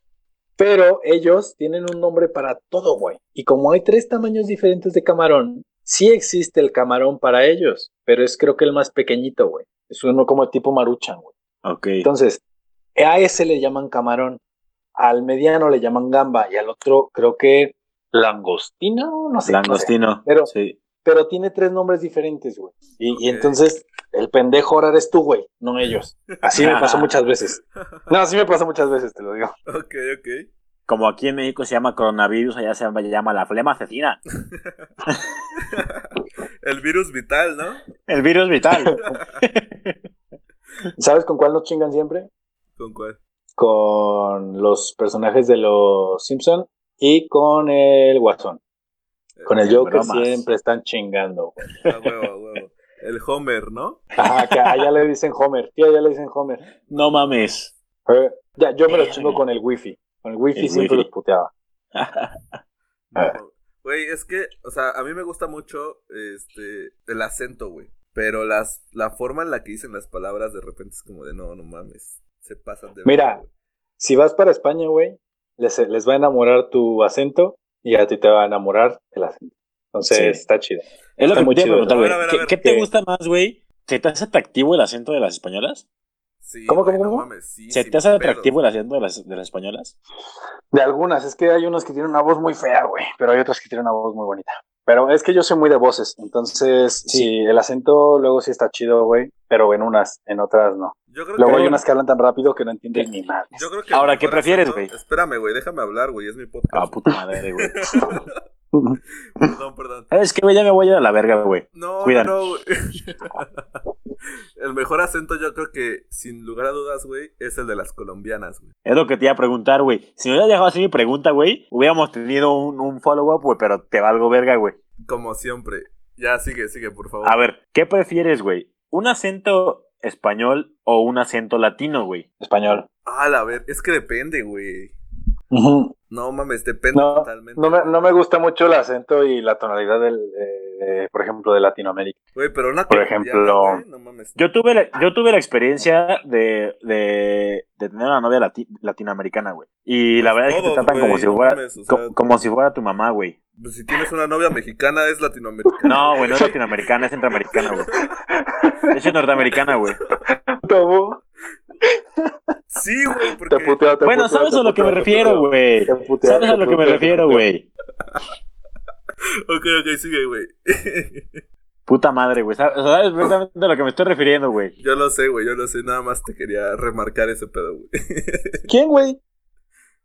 S5: Pero ellos tienen un nombre para todo, güey. Y como hay tres tamaños diferentes de camarón, sí existe el camarón para ellos, pero es creo que el más pequeñito, güey. Es uno como tipo maruchan, güey.
S6: Ok.
S5: Entonces, a ese le llaman camarón, al mediano le llaman gamba y al otro creo que langostina, o no sé. no sé.
S6: Langostino.
S5: Pero-
S6: Sí.
S5: Pero tiene tres nombres diferentes, güey. Y, y
S3: Ok.
S5: entonces el pendejo ahora eres tú, güey, no ellos. Así me pasó muchas veces. No, así me pasó muchas veces, te lo digo.
S3: Ok, ok.
S6: Como aquí en México se llama coronavirus, allá se llama la flema asesina.
S3: El virus vital, ¿no?
S6: El virus vital.
S5: ¿Sabes con cuál nos chingan siempre?
S3: ¿Con cuál?
S5: con los personajes de los Simpson y con el Guasón. Con el
S6: Siempre
S5: Joker
S6: bromas.
S5: siempre están chingando, güey.
S3: A huevo, a huevo. El Homer, ¿no?
S5: Ajá, que allá le dicen Homer. Sí, allá le dicen Homer.
S6: No mames.
S5: Eh, ya, yo me los chingo con el wifi. Con el wifi
S6: El
S5: siempre
S6: wifi.
S5: los puteaba. Ah.
S3: No, Güey, es que, o sea, a mí me gusta mucho este el acento, güey. Pero las, la forma en la que dicen las palabras de repente es como de no, no mames. Se pasan de
S5: Mira.
S3: verga, güey.
S5: Si vas para España, güey, les, les va a enamorar tu acento y a ti te va a enamorar el acento. Entonces,
S6: Sí.
S5: está chido.
S6: Es lo
S5: Está
S6: que
S5: muy
S6: te iba a
S5: chido,
S6: preguntar,
S3: ¿no?
S6: güey.
S3: A ver, a ver,
S6: ¿Qué,
S3: a ver.
S6: qué te
S5: ¿Qué?
S6: gusta más, güey? ¿Se te hace atractivo el acento de las españolas?
S3: Sí,
S5: ¿Cómo,
S3: güey,
S5: cómo,
S3: no
S5: cómo?
S3: mames, sí,
S6: ¿Se
S3: sin
S6: te hace
S3: pedos.
S6: atractivo el acento de las, de las españolas?
S5: De algunas, es que hay unos que tienen una voz muy fea, güey, pero hay otros que tienen una voz muy bonita. Pero es que yo soy muy de voces, entonces sí, el acento luego sí está chido, güey, pero en unas, en otras no.
S3: Yo creo
S5: Luego
S3: que,
S5: hay unas que hablan tan rápido que no entienden
S6: Sí.
S5: ni madre.
S3: yo creo que el
S6: Ahora,
S3: mejor
S6: ¿qué prefieres,
S3: acento-
S6: güey?
S3: Espérame, güey, déjame hablar, güey, es mi
S6: Ah,
S3: podcast.
S6: puta madre, güey.
S3: perdón, perdón.
S6: Es que, güey, ya me voy a ir a la verga, güey.
S3: No,
S6: Cuidan.
S3: no, no, güey. El mejor acento yo creo que, sin lugar a dudas, güey, es el de las colombianas, güey.
S6: Es lo que te iba a preguntar, güey. Si me hubieras dejado así mi pregunta, güey, hubiéramos tenido un, un follow-up, güey, pero te valgo verga, güey.
S3: Como siempre. Ya, sigue, sigue, por favor.
S6: A ver, ¿qué prefieres, güey? ¿Un acento español o un acento latino, güey?
S5: Español.
S3: Ah, la ver, es que depende, güey.
S5: Ujú.
S3: No mames, depende
S5: No,
S3: totalmente.
S5: no me, no me gusta mucho el acento y la tonalidad del, eh, eh, por ejemplo, de Latinoamérica.
S3: Güey, pero una
S5: Por
S3: colombiana,
S5: ejemplo-
S3: güey, no mames.
S6: Yo tuve la, yo tuve la experiencia de, de, de tener una novia lati- latinoamericana, güey. Y la verdad es que te
S3: Todos,
S6: tratan como
S3: güey,
S6: si
S3: no
S6: fuera,
S3: mames, o sea,
S6: co- como si fuera tu mamá, güey.
S3: pues si tienes una novia mexicana, es latinoamericana.
S6: No, güey, no es latinoamericana, es centroamericana, güey. De hecho, es norteamericana, güey.
S5: ¿Cómo?
S3: Sí, güey,
S5: Te
S3: porque.
S5: puteo, te
S6: Bueno,
S5: puteo,
S6: ¿sabes
S5: te
S6: a lo que me
S5: puteo, te
S6: refiero,
S5: puteo.
S6: güey?
S5: Te puteo,
S6: ¿Sabes a
S5: te
S6: lo que me
S5: puteo, te
S6: refiero,
S5: puteo.
S6: güey?
S3: Ok, ok, sigue, güey.
S6: Puta madre, güey. ¿Sabes sabes perfectamente a lo que me estoy refiriendo, güey?
S3: Yo lo sé, güey, yo lo sé. Nada más te quería remarcar ese pedo, güey.
S5: ¿Quién, güey?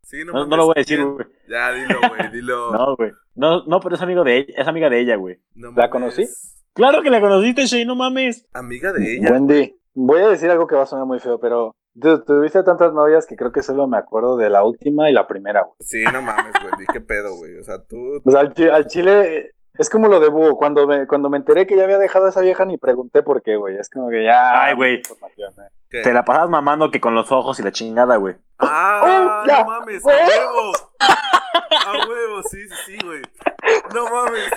S3: Sí,
S6: No,
S3: mames,
S6: no lo voy a decir,
S3: ¿quién?
S6: güey.
S3: Ya, dilo, güey, dilo.
S6: No, güey. No, no, pero es amigo de ella, es amiga de ella, güey.
S3: No mames.
S5: ¿La conocí?
S6: Claro que la conociste, Shay, no mames.
S3: Amiga de ella.
S5: Wendy, voy a decir algo que va a sonar muy feo, pero tú- tuviste tantas novias que creo que solo me acuerdo de la última y la primera, güey.
S3: Sí, no mames, güey. di, ¿Qué pedo, güey? O sea, tú.
S5: O sea, al, chi- al chile eh, es como lo de Búho. Cuando me, cuando me enteré que ya había dejado a esa vieja ni pregunté por qué, güey. Es como que ya.
S6: Ay, güey.
S5: Información, eh.
S3: ¿qué?
S6: Te la pasabas mamando que con los ojos y la chingada, güey.
S3: ¡Ah!
S5: ¡Oh, ya!
S3: ¡No mames! ¡A huevo! ¡A huevo! Sí, sí, sí, güey. No mames.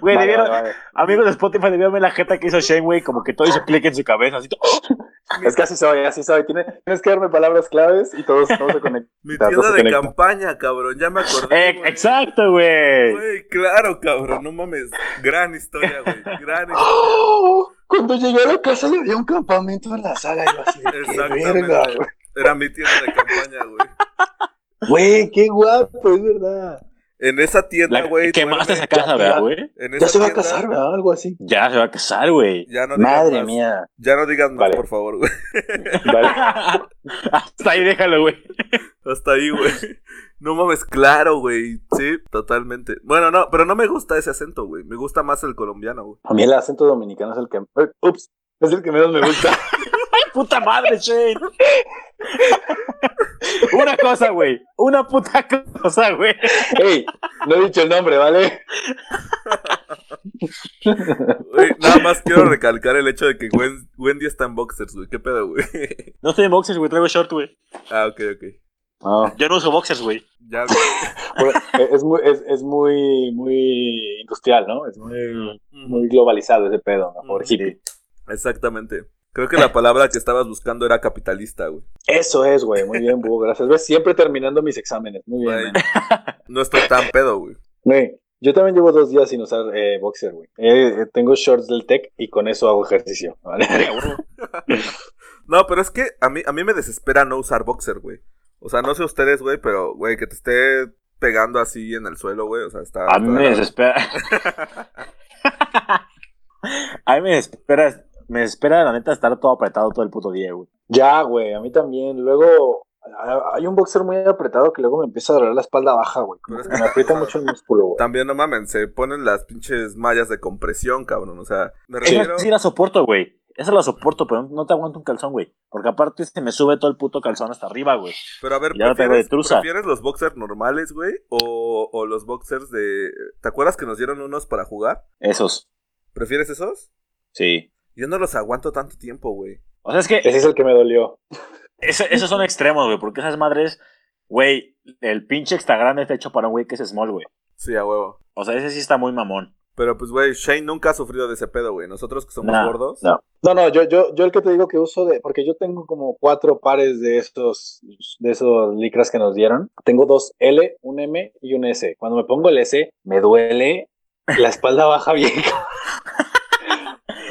S6: Güey,
S5: Vale,
S6: debieron,
S5: vale, vale.
S6: amigos de Spotify, debieron ver la jeta que hizo Shane, güey, como que todo hizo clic en su cabeza. Así,
S5: Es que así soy, así soy. Tiene- tienes que darme palabras claves y todos, todos se conectan.
S3: Mi
S5: Datos
S3: tienda
S5: se
S3: de
S5: conectan.
S3: campaña, cabrón. Ya me acordé.
S6: Eh,
S3: güey.
S6: exacto, güey.
S3: Güey, claro, cabrón. No mames. Gran historia, güey. Gran historia. ¡Oh!
S5: Cuando llegué a la casa le di un campamento en la sala y yo así, de, qué
S3: Exactamente.
S5: verga, güey.
S3: Era mi tienda de campaña, güey.
S5: Güey, qué guapo, es verdad.
S3: En esa tienda,
S6: La,
S3: güey.
S6: quemaste
S3: duerme-
S6: esa casa, ¿verdad, güey?
S3: En
S5: Ya
S3: esa
S5: se va a
S3: tienda-
S5: casar, ¿verdad? Algo así.
S6: Ya se va a casar, güey.
S3: Ya no digas
S5: Madre
S3: más.
S5: mía.
S3: Ya no digas más,
S5: Vale.
S3: por favor, güey.
S6: Hasta ahí déjalo, güey.
S3: Hasta ahí, güey. No mames, claro, güey. Sí, totalmente. Bueno, no, pero no me gusta ese acento, güey. Me gusta más el colombiano, güey.
S5: A mí el acento dominicano es el que. eh, Ups, es el que menos me gusta.
S6: Puta madre, Shane. Una cosa, güey. Una puta cosa, güey.
S5: Ey, no he dicho el nombre, ¿vale?
S3: Güey, Nada más quiero recalcar el hecho de que Wen- Wendy está en boxers, güey. ¿Qué pedo, güey?
S6: No estoy en boxers, güey. Traigo short, güey.
S3: Ah, ok, ok.
S5: No.
S6: Yo no uso boxers, güey.
S3: Ya, güey.
S5: eh, Es muy, es, es muy, muy industrial, ¿no? Es muy, muy globalizado ese pedo, ¿no?
S6: Mm.
S5: Por
S3: Sí.
S5: hippie.
S3: Mm, Exactamente. Creo que la palabra que estabas buscando era capitalista, güey.
S5: Eso es, güey. Muy bien, Búho, gracias. Ves, siempre terminando mis exámenes. Muy
S3: Güey,
S5: bien. man.
S3: No estoy tan pedo, güey.
S5: Güey, yo también llevo dos días sin usar eh, boxer, güey. Eh, eh, tengo shorts del tech y con eso hago ejercicio, ¿vale?
S3: No, pero es que a mí, a mí me desespera no usar boxer, güey. O sea, no sé ustedes, güey, pero, güey, que te esté pegando así en el suelo, güey. O sea, está...
S6: A mí
S3: está-
S6: me desespera. A mí me desespera, me desespera la neta estar todo apretado todo el puto día, güey.
S5: Ya, güey, a mí también. Luego a- hay un boxer muy apretado que luego me empieza a doler la espalda baja, güey. Como
S3: Pero es
S5: que
S3: que-
S5: me aprieta mucho el músculo, güey.
S3: También no mamen, se ponen las pinches mallas de compresión, cabrón. O sea, me
S6: Esas
S3: refiero.
S6: sí las soporto, güey. Esa la soporto, pero no te aguanto un calzón, güey. Porque aparte se me sube todo el puto calzón hasta arriba, güey.
S3: Pero a ver,
S6: Ya no te hago de
S3: ¿prefieres,
S6: truza.
S3: prefieres los boxers normales, güey? O, o los boxers de... ¿Te acuerdas que nos dieron unos para jugar?
S6: Esos,
S3: ¿Prefieres esos?
S6: sí.
S3: Yo no los aguanto tanto tiempo, güey.
S6: O sea, es que
S5: Ese es el que me dolió.
S6: Ese- esos son extremos, güey, porque esas madres, güey, el pinche extra grande está hecho para un güey que es small, güey.
S3: Sí, a huevo.
S6: O sea, ese sí está muy mamón.
S3: Pero pues, güey, Shane nunca ha sufrido de ese pedo, güey. Nosotros que somos
S6: No,
S3: gordos.
S6: No.
S5: No, no, yo, yo, yo el que te digo que uso de, porque yo tengo como cuatro pares de estos, de esos licras que nos dieron. Tengo dos L, un M y un S. Cuando me pongo el S, me duele, la espalda baja bien.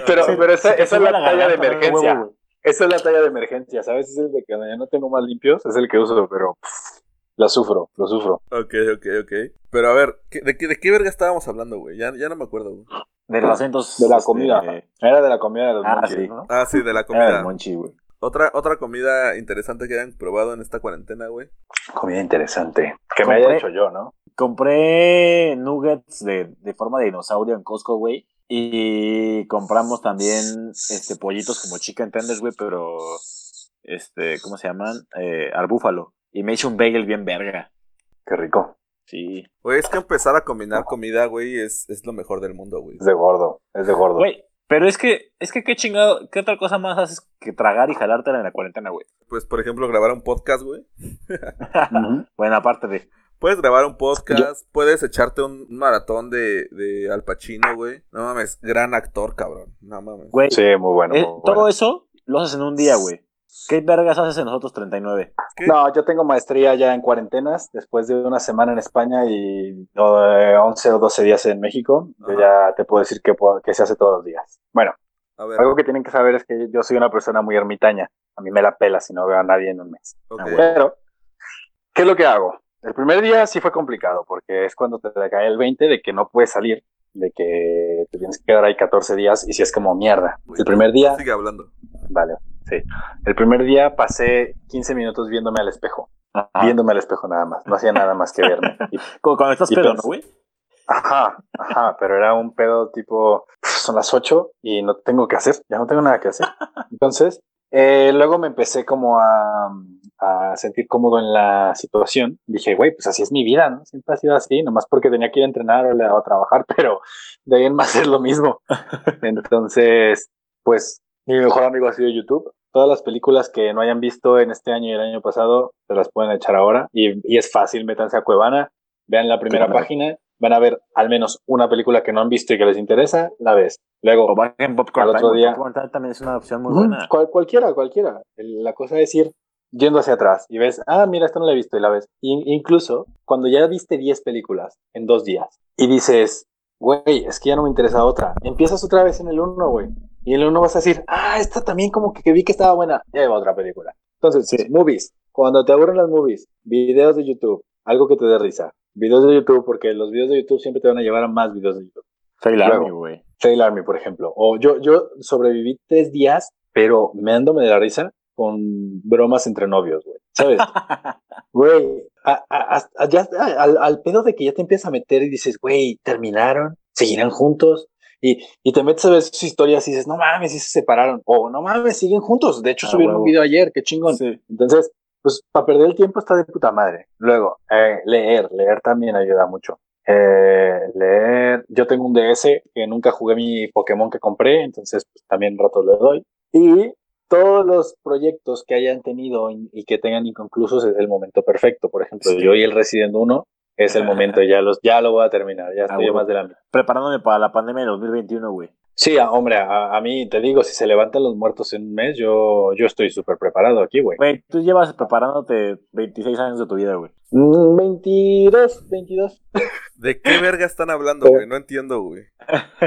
S5: pero,
S6: Se-
S5: pero esa,
S6: se te
S5: esa es
S6: sube
S5: la, talla de
S6: garganta, güey,
S5: emergencia.
S6: huevo, güey.
S5: esa es la talla de emergencia, ¿sabes? Es el de que cuando ya no tengo más limpios, es el que uso, pero pff, la sufro, lo sufro.
S3: Ok, ok, ok. Pero a ver, ¿qué- de, qué, ¿de qué verga estábamos hablando, güey? Ya, ya no me acuerdo, güey.
S6: De los acentos.
S5: De la
S6: este,
S5: comida. Era de la comida de los
S6: Ah,
S5: monjes,
S6: sí.
S5: ¿no?
S3: Ah, sí, de la
S6: Era del
S3: comida.
S6: monchi, güey.
S3: Otra, otra comida interesante que hayan probado en esta cuarentena, güey.
S5: Comida interesante. Que me
S6: Compré-
S5: haya hecho yo, ¿no?
S6: Compré nuggets de, de forma de dinosaurio en Costco, güey. Y compramos también este pollitos como chicken tenders, güey, pero este, ¿cómo se llaman? Eh, al búfalo. Y me hice un bagel bien verga.
S5: Qué rico.
S6: Sí.
S3: Güey, es que empezar a combinar comida, güey, es, es lo mejor del mundo, güey.
S5: Es de gordo, es de gordo.
S6: Güey, pero es que, es que qué chingado, ¿qué otra cosa más haces que tragar y jalártela en la cuarentena, güey?
S3: Pues, por ejemplo, grabar un podcast, güey.
S5: Ujú.
S6: Bueno, aparte de.
S3: Puedes grabar un podcast, puedes echarte un un maratón de, de Al Pacino, güey. No mames, gran actor, cabrón. No mames.
S6: Güey,
S5: Sí, muy bueno.
S6: eh,
S5: muy
S6: todo
S5: bueno.
S6: eso lo haces en un día, güey. ¿Qué vergas haces en nosotros 39?
S5: No, yo tengo maestría ya en cuarentenas, después de una semana en España y no, eh, 11 o 12 días en México, yo ya te puedo decir que, puedo- que se hace todos los días. Bueno,
S3: A ver,
S5: algo que tienen que saber es que yo soy una persona muy ermitaña, a mí me la pela si no veo a nadie en un mes.
S3: ok.
S6: ah, güey.
S5: Pero, ¿qué es lo que hago? El primer día sí fue complicado, porque es cuando te cae el 20 de que no puedes salir, de que te tienes que quedar ahí 14 días y si es como mierda.
S3: Güey,
S5: El primer día
S3: Sigue hablando.
S5: Vale, sí. El primer día pasé 15 minutos viéndome al espejo.
S6: Ajá.
S5: Viéndome al espejo nada más. No hacía nada más que verme. Y-
S6: Como cuando estás
S5: Y
S6: pedo, ¿no,
S5: pens-
S6: güey?
S5: ajá, ajá. Pero era un pedo tipo, "Uf, son las 8 y no tengo que hacer. Ya no tengo nada que hacer. Entonces, eh, luego me empecé como a, a sentir cómodo en la situación. Dije, güey, pues así es mi vida, ¿no? Siempre ha sido así, nomás porque tenía que ir a entrenar o, la- o trabajar, pero de ahí en más es lo mismo. Entonces, pues mi mejor amigo ha sido YouTube. Todas las películas que no hayan visto en este año y el año pasado, se las pueden echar ahora. Y, y es fácil, métanse a Cuevana, vean la primera
S6: Claro.
S5: página, van a ver al menos una película que no han visto y que les interesa, la ves. Luego,
S6: O bajen Popcorn
S5: Al
S6: Time.
S5: otro
S6: güey.
S5: día-
S6: Popcorn Time también es una opción muy
S5: Ujú,
S6: buena.
S5: cual- cualquiera, cualquiera. El- La cosa es ir yendo hacia atrás y ves, ah, mira, esta no la he visto y la ves. In- incluso cuando ya viste 10 películas en dos días y dices, güey, es que ya no me interesa otra. Empiezas otra vez en el 1, güey. Y en el 1 vas a decir, ah, esta también como que, que vi que estaba buena. Ya iba otra película. Entonces, movies. Cuando te aburren las movies, videos de YouTube, algo que te dé risa. Videos de YouTube, porque los videos de YouTube siempre te van a llevar a más videos de YouTube.
S6: Fail Army,
S5: Luego.
S6: güey.
S5: Trail Army, por ejemplo. O yo, yo sobreviví tres días, pero me dándome de la risa con bromas entre novios, güey. ¿Sabes? Güey, a- a- hasta- ya- a- al, al pedo de que ya te empiezas a meter y dices, güey, terminaron, seguirán juntos. Y, y te metes a ver sus historias y dices, no mames, sí se separaron. O no mames, siguen juntos. De hecho,
S6: Ah,
S5: subieron
S6: huevo.
S5: un video ayer, qué chingón.
S6: Sí.
S5: Entonces, pues para perder el tiempo está de puta madre. Luego, eh, leer, leer también ayuda mucho. Eh, leer, yo tengo un DS que nunca jugué mi Pokémon que compré, entonces pues, también rato le doy. Y todos los proyectos que hayan tenido y y que tengan inconclusos es el momento perfecto. Por ejemplo,
S6: Sí.
S5: yo y el Resident 1 es el momento, ya, los, ya lo voy a terminar, ya estoy
S6: huevo.
S5: más de la mitad.
S6: Preparándome para la pandemia de 2021, güey.
S5: Sí, a- hombre, a, a mí te digo, si se levantan los muertos en un mes, yo, yo estoy súper preparado aquí, güey.
S6: Güey, tú llevas preparándote 26 años de tu vida, güey.
S5: Mm, 22, 22.
S3: ¿De qué verga están hablando, güey? No entiendo, güey.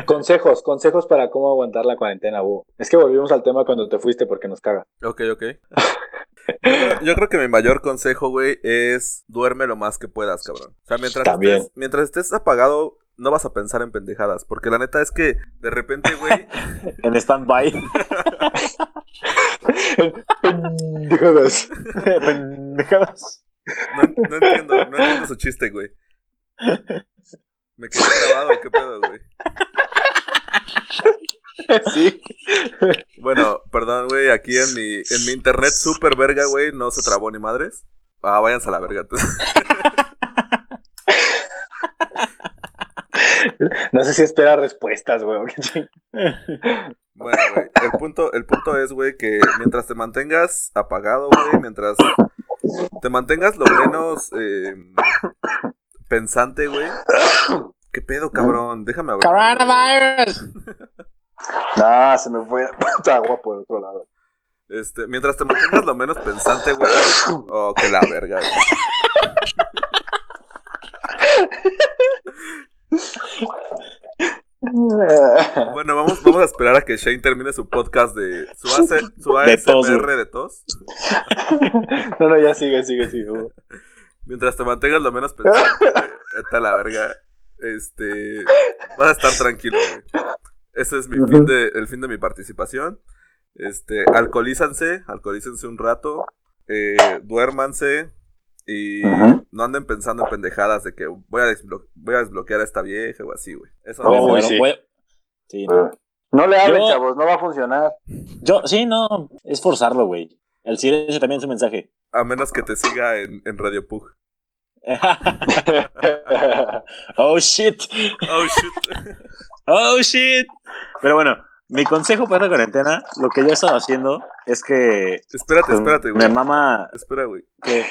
S5: consejos, consejos para cómo aguantar la cuarentena, Bu. Es que volvimos al tema cuando te fuiste porque nos caga.
S3: Ok, ok. Yo creo- Yo creo que mi mayor consejo, güey, es duerme lo más que puedas, cabrón. O sea, mientras,
S5: También.
S3: Estés, mientras estés apagado, no vas a pensar en pendejadas. Porque la neta es que de repente, güey,
S6: En stand-by.
S5: Pendejadas.
S6: Pendejadas.
S3: no, no entiendo, no entiendo su chiste, güey. Me quedé grabado, qué pedo, güey.
S5: Sí.
S3: Bueno, perdón, güey, aquí en mi, en mi internet super verga, güey, no se trabó ni madres. Ah, váyanse a la verga.
S5: No sé si espera respuestas, güey. o qué ching-
S3: Bueno, güey, el punto, el punto es, güey, que mientras te mantengas apagado, güey, mientras te mantengas lo menos eh, pensante, güey. ¿Qué pedo, cabrón? Déjame hablar.
S6: Coronavirus.
S5: No, se me fue la puta agua por otro lado.
S3: Este, mientras te mantengas lo menos pensante, güey. Oh, que la verga, güey. Bueno, vamos, vamos a esperar a que Shane termine su podcast de su, AC, su
S6: De tos,
S3: ASMR de tos.
S5: No, no, ya sigue, sigue, sigue. güey.
S3: Mientras te mantengas lo menos pensante, está la verga. Este, vas a estar tranquilo, güey. Ese es mi
S5: Ujú.
S3: fin de, el fin de mi participación. Este, alcoholízanse, alcoholícense un rato, eh, duérmanse y
S5: Ujú.
S3: no anden pensando en pendejadas de que voy a, desblo- voy a desbloquear a esta vieja o así, güey. Eso
S5: Oh,
S3: no,
S5: güey,
S6: Bueno,
S5: sí.
S6: voy- sí,
S5: No le hablen,
S6: Yo-
S5: chavos, no va a funcionar.
S6: Yo, sí, no, es forzarlo, güey. El silencio también es un mensaje.
S3: a menos que te siga en, en Radio Pug.
S6: oh shit,
S3: Oh, shit.
S6: oh shit. Pero bueno, mi consejo para la cuarentena, lo que yo he estado haciendo es que.
S3: espérate, espérate,
S6: Me
S3: güey.
S6: mama
S3: Espera, güey.
S6: que.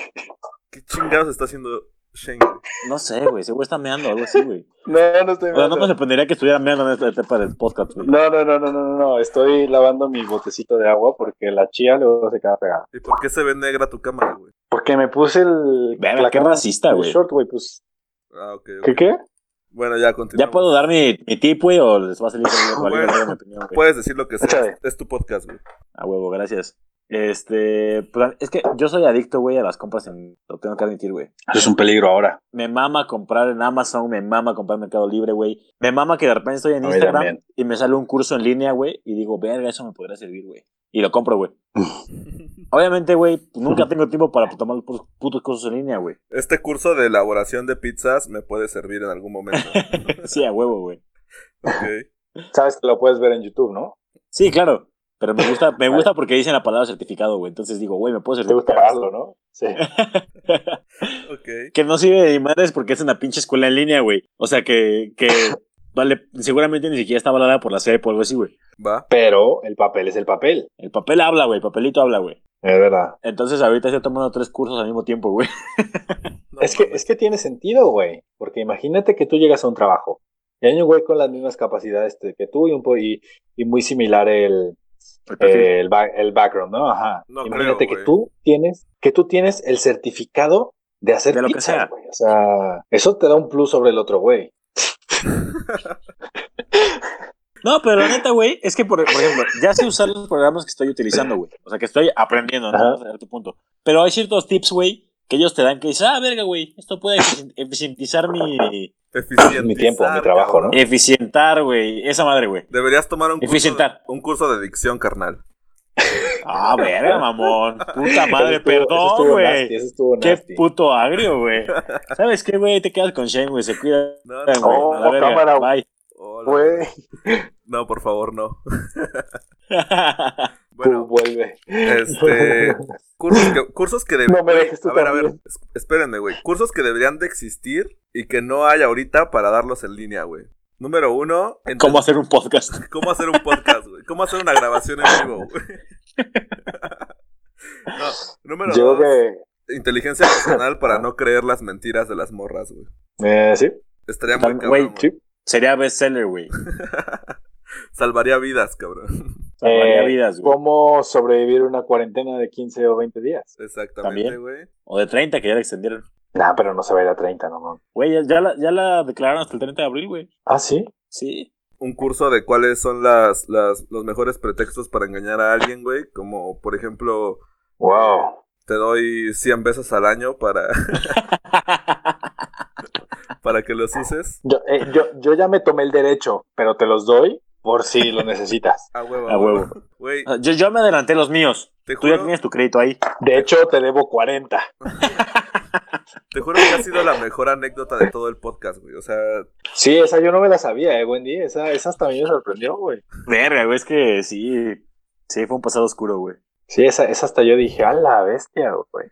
S3: ¿Qué chingados está haciendo Shane, güey?
S6: No sé, güey, seguro está meando o algo así, güey.
S5: No, no estoy
S6: Pero no me
S5: viendo.
S6: sorprendería que estuviera meando en esta etapa del podcast, güey.
S5: No, no, no, no, no, no. Estoy lavando mi botecito de agua porque la chía luego se queda pegada.
S3: ¿Y por qué se ve negra tu cámara, güey?
S5: Porque me puse el.
S6: Verga,
S5: la
S6: qué
S5: cama-
S6: racista,
S5: el
S6: güey.
S5: short, güey, pues.
S3: Ah, ok. ok.
S5: ¿Qué qué?
S3: Bueno, ya continúa.
S6: ¿Ya puedo dar mi, mi tip, güey, o les va a salir por
S3: Bueno.
S6: mi opinión, güey?
S3: Puedes decir lo que sea.
S5: Échale.
S3: Es, es tu podcast, güey.
S6: A huevo, gracias. Este, pues, es que yo soy adicto, güey, a las compras en... Lo tengo que admitir, güey.
S5: Eso es un peligro ahora.
S6: Me mama comprar en Amazon, me mama comprar en Mercado Libre, güey. Me mama que de repente estoy en
S5: A mí
S6: Instagram
S5: también.
S6: y me sale un curso en línea, güey, y digo, verga, eso me podría servir, güey. Y lo compro, güey. Obviamente, güey, pues, nunca tengo tiempo para tomar los putos- putos cursos en línea, güey.
S3: Este curso de elaboración de pizzas me puede servir en algún momento.
S6: Sí, a huevo, güey.
S3: ok.
S5: Sabes que lo puedes ver en YouTube, ¿no?
S6: Sí, claro. Pero me gusta, me gusta porque dicen la palabra certificado, güey. Entonces digo, güey, me puedo
S5: Te gusta
S6: certificar.
S5: pagarlo, ¿no? Sí.
S3: Ok.
S6: que no sirve de madres porque es una pinche escuela en línea, güey. O sea que, que vale, seguramente ni siquiera está valorada por la CEP o algo así, güey.
S3: Va.
S5: Pero el papel es el papel.
S6: El papel habla, güey, el papelito habla, güey.
S5: Es verdad.
S6: Entonces ahorita estoy tomando tres cursos al mismo tiempo, güey.
S3: No
S5: Es que,
S3: mames.
S5: es que tiene sentido, güey. Porque imagínate que tú llegas a un trabajo y hay un güey con las mismas capacidades te- que tú y, un po- y, y muy similar el, eh, el, ba- el background, ¿no? Ajá.
S3: No
S5: imagínate
S3: creo,
S5: que
S3: güey.
S5: tú tienes que tú tienes el certificado de hacer
S6: De lo que
S5: pizza,
S6: sea.
S5: güey. O sea, eso te da un plus sobre el otro güey.
S6: No, pero la neta, güey, es que, por, por ejemplo, ya sé usar los programas que estoy utilizando, güey. O sea, que estoy aprendiendo, ¿no?
S5: Ajá.
S6: Hasta cierto punto. Pero hay ciertos tips, güey, que ellos te dan que dices, ah, verga, güey, esto puede eficien- eficientizar mi...
S3: Eficientizar,
S5: mi tiempo, mi trabajo,
S3: cabrón.
S5: ¿no?
S6: Eficientar, güey, esa madre, güey.
S3: Deberías tomar un curso, de,
S6: Eficientar.
S3: un curso de dicción, carnal.
S6: Ah, verga, mamón. Puta madre,
S5: Eso estuvo- eso estuvo
S6: perdón,
S5: nasty,
S6: güey.
S5: Eso estuvo
S6: Qué
S5: nasty.
S6: puto agrio, güey. ¿Sabes qué, güey? Te quedas con Shane, güey. Se cuida.
S3: No,
S6: güey.
S3: no,
S5: Oh,
S6: A la verga.
S5: cámara,
S6: Bye.
S3: Hola.
S5: Güey,
S3: No, por favor, no.
S5: tú
S3: Bueno,
S5: vuelve.
S3: este. Cursos que, cursos que deberían.
S5: No me dejes tú
S3: a ver, a ver.
S5: también.
S3: es- Espérenme, güey. Cursos que deberían de existir y que no hay ahorita para darlos en línea, güey. Número uno, ente-
S6: ¿Cómo hacer un podcast?
S3: ¿Cómo hacer un podcast, güey? ¿Cómo hacer una grabación en vivo, güey? No, número
S5: Yo
S3: dos,
S5: que.
S3: inteligencia emocional para no creer las mentiras de las morras, güey.
S5: Eh, sí,
S3: Estaría muy
S6: Tal-
S3: cabrón.
S6: güey,
S3: güey.
S5: sí.
S6: Sería bestseller, güey.
S3: Salvaría vidas, cabrón.
S6: Salvaría
S5: Eh,
S6: vidas, güey.
S5: ¿Cómo sobrevivir una cuarentena de 15 o 20 días?
S3: Exactamente,
S6: También.
S3: güey.
S6: O de 30, que ya la extendieron.
S5: Nah, pero no se va a ir a 30, no, no.
S6: Güey, ya, ya la, ya la declararon hasta el 30 de abril, güey.
S5: Ah, sí.
S6: Sí.
S3: Un curso de cuáles son las, las, los mejores pretextos para engañar a alguien, güey. Como, por ejemplo,
S5: Wow.
S3: te doy 100 besos al año para, para que los uses.
S5: Yo, eh, yo, yo ya me tomé el derecho, pero te los doy por si lo necesitas.
S3: A huevo.
S6: A huevo.
S3: Güey,
S6: Yo, yo me adelanté los míos.
S3: te
S6: Tú ya
S3: juro,
S6: tenías tu crédito ahí.
S5: De hecho, te debo 40.
S3: te juro que ha sido la mejor anécdota de todo el podcast, güey. O sea,
S5: Sí, esa yo no me la sabía, eh, Wendy. Esa, esa hasta a mí me sorprendió, güey.
S6: Verga, güey, es que sí. Sí, fue un pasado oscuro, güey.
S5: Sí, esa, esa hasta yo dije, a la bestia, güey.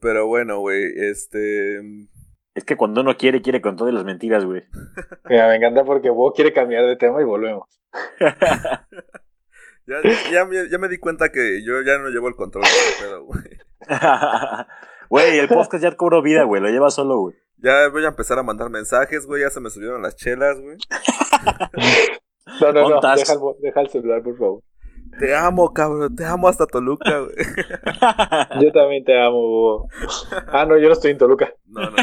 S3: pero bueno, güey, este...
S6: Es que cuando uno quiere, quiere con todas las mentiras, güey.
S5: Mira, me encanta porque vos quiere cambiar de tema y volvemos.
S3: Ya, ya, me- ya me di cuenta que yo ya no llevo el control de este pedo, güey.
S6: Güey, el podcast ya cobró vida, güey. Lo lleva solo, güey.
S3: Ya voy a empezar a mandar mensajes, güey. Ya se me subieron las chelas, güey.
S5: No, no,
S6: On
S5: no.
S6: task.
S5: Deja el, bo- deja el celular, por favor.
S3: Te amo, cabrón. Te amo hasta Toluca, güey.
S5: Yo también te amo, Bobo. Ah, no, yo no estoy en Toluca.
S3: No, no, no.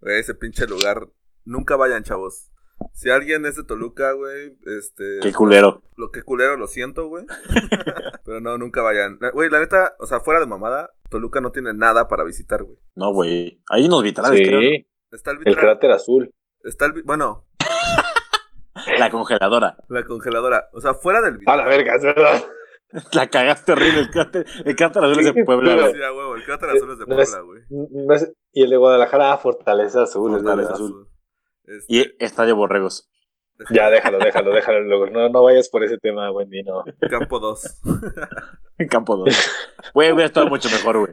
S3: Güey, ese pinche lugar. Nunca vayan, chavos. Si alguien es de Toluca, güey, este.
S6: Qué culero.
S3: Lo que culero, lo siento, güey. Pero no, nunca vayan. La- Güey, la neta, o sea, fuera de mamada, Toluca no tiene nada para visitar, güey.
S6: No, güey. Hay unos vitrales,
S5: sí,
S6: creo. ¿no?
S3: Está el
S5: el
S3: vitral.
S5: cráter azul.
S3: Está el. vi- Bueno,
S6: La congeladora.
S3: la congeladora. O sea, fuera del
S5: A
S3: vitral.
S5: la verga, es verdad.
S6: La cagaste horrible. El cráter, el cráter azul es de
S5: Sí,
S6: Puebla,
S5: pero-
S6: güey.
S3: Sí, a huevo, el cráter azul es de
S5: No es-
S3: Puebla, güey.
S5: No Mm, es- Y el de Guadalajara, ah, Fortaleza Azul. es
S6: Fortaleza
S5: verdad.
S6: Azul.
S3: Este,
S6: Y está de borregos.
S5: Ya, déjalo, déjalo, déjalo. luego. No, no vayas por ese tema, Wendy, no.
S3: Campo 2.
S6: En campo 2. Güey, hubiera estado mucho mejor, güey.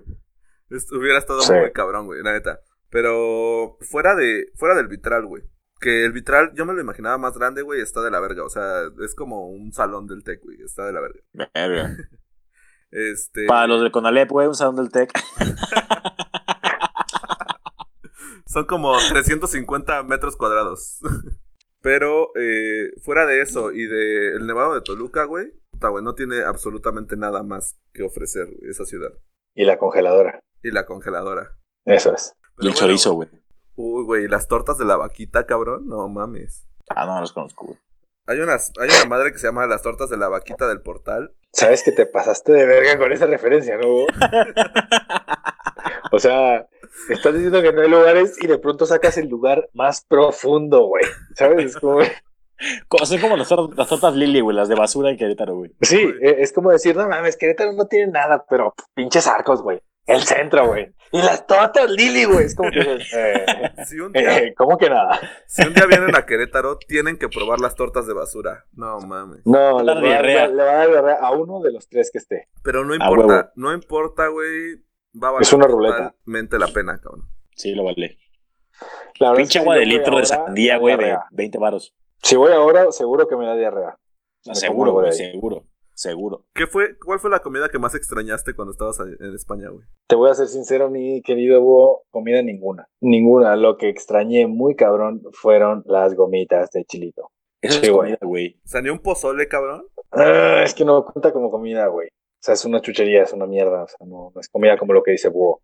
S3: Esto hubiera estado
S5: Sí.
S3: muy cabrón, güey, la neta. Pero fuera de fuera del vitral, güey. Que el vitral, yo me lo imaginaba más grande, güey, está de la verga. O sea, es como un salón del tech, güey. Está de la verga.
S6: Verga.
S3: Este.
S6: Para los del Conalep, güey, un salón del Tec.
S3: Son como 350 metros cuadrados. Pero eh, fuera de eso y del el nevado de Toluca, güey. puta, güey, no tiene absolutamente nada más que ofrecer güey, esa ciudad.
S5: Y la congeladora.
S3: Y la congeladora.
S5: Eso es.
S6: Y
S3: Pero
S6: el
S3: bueno,
S6: chorizo, güey.
S3: Uy, güey, las tortas de la vaquita, cabrón. No mames.
S6: Ah, no, no los conozco, güey.
S3: Hay, unas, hay una madre que se llama Las Tortas de la Vaquita del Portal.
S5: Sabes que te pasaste de verga con esa referencia, ¿no? Bobo? O sea, estás diciendo que no hay lugares y de pronto sacas el lugar más profundo, güey. ¿Sabes? Es como,
S6: Co- Son como las, tor- las tortas Lili, güey, las de basura en Querétaro, güey.
S5: sí, e- es como decir, no mames, Querétaro no tiene nada, pero pinches arcos, güey. El centro, güey. Y las tortas Lili, güey. Es como que dices, eh,
S3: Si un, día,
S5: eh, ¿cómo que nada?
S3: si un día vienen a Querétaro, tienen que probar las tortas de basura. No mames.
S5: No,
S6: Va
S5: le
S6: a dar
S5: va a dar-
S6: diarrea.
S5: le va a dar diarrea a uno de los tres que esté.
S3: Pero no
S6: huevo.
S3: importa, no importa, güey. Va a valer
S5: Ah, Es una ruleta.
S3: totalmente la pena, cabrón.
S6: Sí, lo vale.
S5: La verdad
S6: Pinche
S5: es que
S6: agua
S5: yo
S6: de
S5: voy
S6: litro de
S5: ahora, me
S6: sandía,
S5: da
S6: güey, de
S5: diarrea.
S6: 20 varos.
S5: Si voy ahora, seguro que me da diarrea.
S6: No,
S5: Me
S6: seguro,
S5: como,
S6: güey,
S5: güey.
S6: seguro. Seguro.
S3: ¿Qué fue, ¿Cuál fue la comida que más extrañaste cuando estabas ahí en España, güey?
S5: Te voy a ser sincero, mi querido Bo, comida ninguna. Ninguna. Lo que extrañé muy cabrón fueron las gomitas de chilito.
S6: Eso
S5: Sí,
S6: es
S5: güey.
S6: comida, güey.
S3: O sea, ni un pozole, cabrón.
S5: Ah, es que no cuenta como comida, güey. O sea, es una chuchería, es una mierda. O sea, no, no es comida como lo que dice Bo.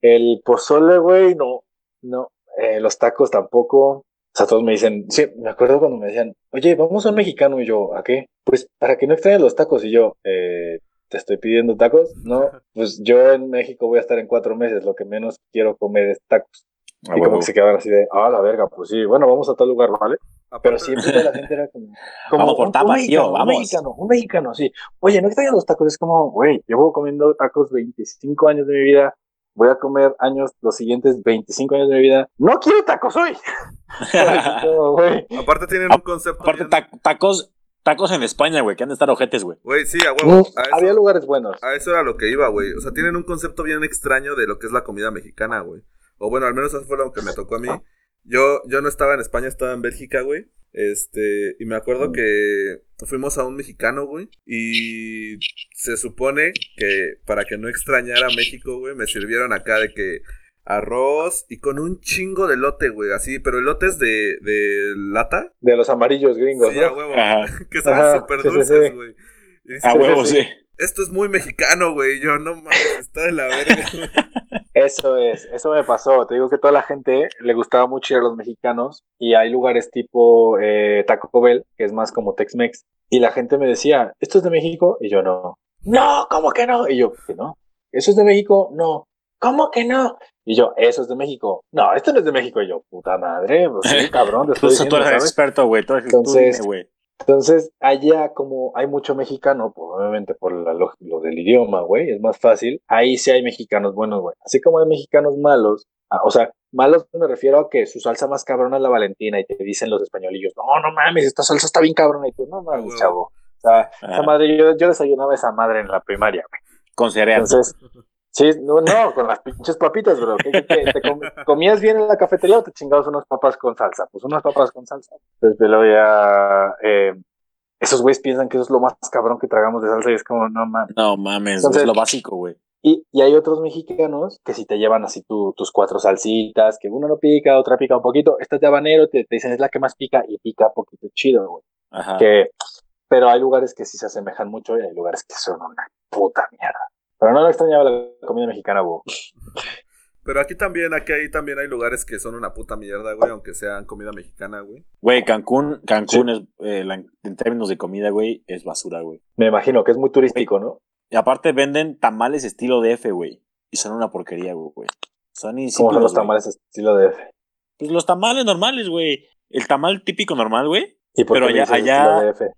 S5: El pozole, güey, no. No. Eh, los tacos tampoco. O sea, todos me dicen, sí, me acuerdo cuando me decían, oye, vamos a un mexicano y yo, ¿a qué? Pues para que no extrañes los tacos y yo, eh, te estoy pidiendo tacos, ¿no? Pues yo en México voy a estar en cuatro meses, lo que menos quiero comer es tacos. Y
S6: Ah, güey,
S5: como
S6: güey.
S5: que se quedaban así de, ah, la verga, pues sí, bueno, vamos a tal lugar, ¿vale? Pero siempre la gente era como, como
S6: Vamos por tapas, tío,
S5: mexicano,
S6: vamos.
S5: Un mexicano, un mexicano, sí. Oye, no extrañas los tacos, es como, güey, llevo comiendo tacos 25 años de mi vida, voy a comer años, los siguientes 25 años de mi vida, no quiero tacos hoy. Como, güey,
S3: Aparte tienen un concepto.
S6: Aparte,
S3: bien-
S6: ta- tacos, tacos en España, güey, que han de estar ojetes, güey.
S3: Güey, sí, a
S5: mm,
S3: huevo. A
S5: había
S3: eso-
S5: lugares buenos.
S3: A eso era lo que iba, güey. O sea, tienen un concepto bien extraño de lo que es la comida mexicana, güey. O bueno, al menos eso fue lo que me tocó a mí. Yo, yo no estaba en España, estaba en Bélgica, güey. Este, y me acuerdo que fuimos a un mexicano, güey. Y se supone que para que no extrañara a México, güey, me sirvieron acá de que arroz y con un chingo de lote, güey. Así, pero elotes de, de lata.
S5: De los amarillos gringos,
S3: Sí,
S5: ¿no? Ah.
S3: a huevo.
S6: Ajá.
S3: Que saben
S5: Ajá,
S3: súper
S5: sí, sí,
S3: dulces,
S5: sí.
S3: güey. Y dices,
S6: A
S5: Sí,
S6: huevo,
S5: sí,
S6: sí.
S3: esto es muy mexicano, güey. Yo, no mames, está de la verga.
S5: Eso es, eso me pasó. Te digo que toda la gente le gustaba mucho ir a los mexicanos y hay lugares tipo eh, Taco Bell, que es más como Tex-Mex. Y la gente me decía, ¿esto es de México? Y yo no. No, ¿cómo que no? Y yo, ¿que no? ¿Eso es de México? No. ¿Cómo que no? Y yo, ¿eso es de México? No, esto no es de México. Y yo, puta madre, pues sí, cabrón, te estoy
S6: Tú, tú
S5: diciendo,
S6: eres
S5: ¿sabes?
S6: experto, güey. Tú eres tú
S5: Entonces-
S6: dime, güey.
S5: Entonces, allá como hay mucho mexicano, pues, obviamente por la log- lo del idioma, güey, es más fácil. Ahí sí hay mexicanos buenos, güey. Así como hay mexicanos malos, ah, o sea, malos me refiero a que su salsa más cabrona es la Valentina y te dicen los españolillos, no, no mames, esta salsa está bien cabrona y tú, no mames,
S3: Huevo.
S5: chavo. O sea,
S6: Ah,
S5: esa madre, yo, yo desayunaba esa madre en la primaria, güey.
S6: con cereal.
S5: Entonces, sí, no, no, con las pinches papitas, bro. ¿Qué- qué- qué? ¿Te com- comías bien en la cafetería o te chingabas unas papas con salsa? Pues unas papas con salsa. Entonces, pero ya. eh, esos güeyes piensan que eso es lo más cabrón que tragamos de salsa y es como, no mames.
S6: No mames,
S5: Entonces-
S6: es lo básico, güey.
S5: Y, y hay otros mexicanos que si te llevan así tu- tus cuatro salsitas, que una no pica, otra pica un poquito, esta es de habanero, te, te dicen es la que más pica y pica poquito chido, güey.
S6: Ajá.
S5: Que, pero hay lugares que sí se asemejan mucho y hay lugares que son una puta mierda. Pero no lo extrañaba la comida mexicana, güey.
S3: Pero aquí también, aquí ahí también hay lugares que son una puta mierda, güey, aunque sean comida mexicana, güey.
S6: Güey, Cancún, Cancún es, eh, la- en términos de comida, güey, es basura, güey.
S5: Me imagino que es muy turístico, ¿no?
S6: Y aparte venden tamales estilo DF, güey. Y son una porquería, güey. Son
S5: Como
S6: insípidos,
S5: son los
S6: güey.
S5: tamales estilo de...
S6: Pues los tamales normales, güey. El tamal típico normal, güey,
S5: ¿Y por
S6: Pero
S5: qué le
S6: allá-
S5: dices
S6: allá-
S5: estilo DF?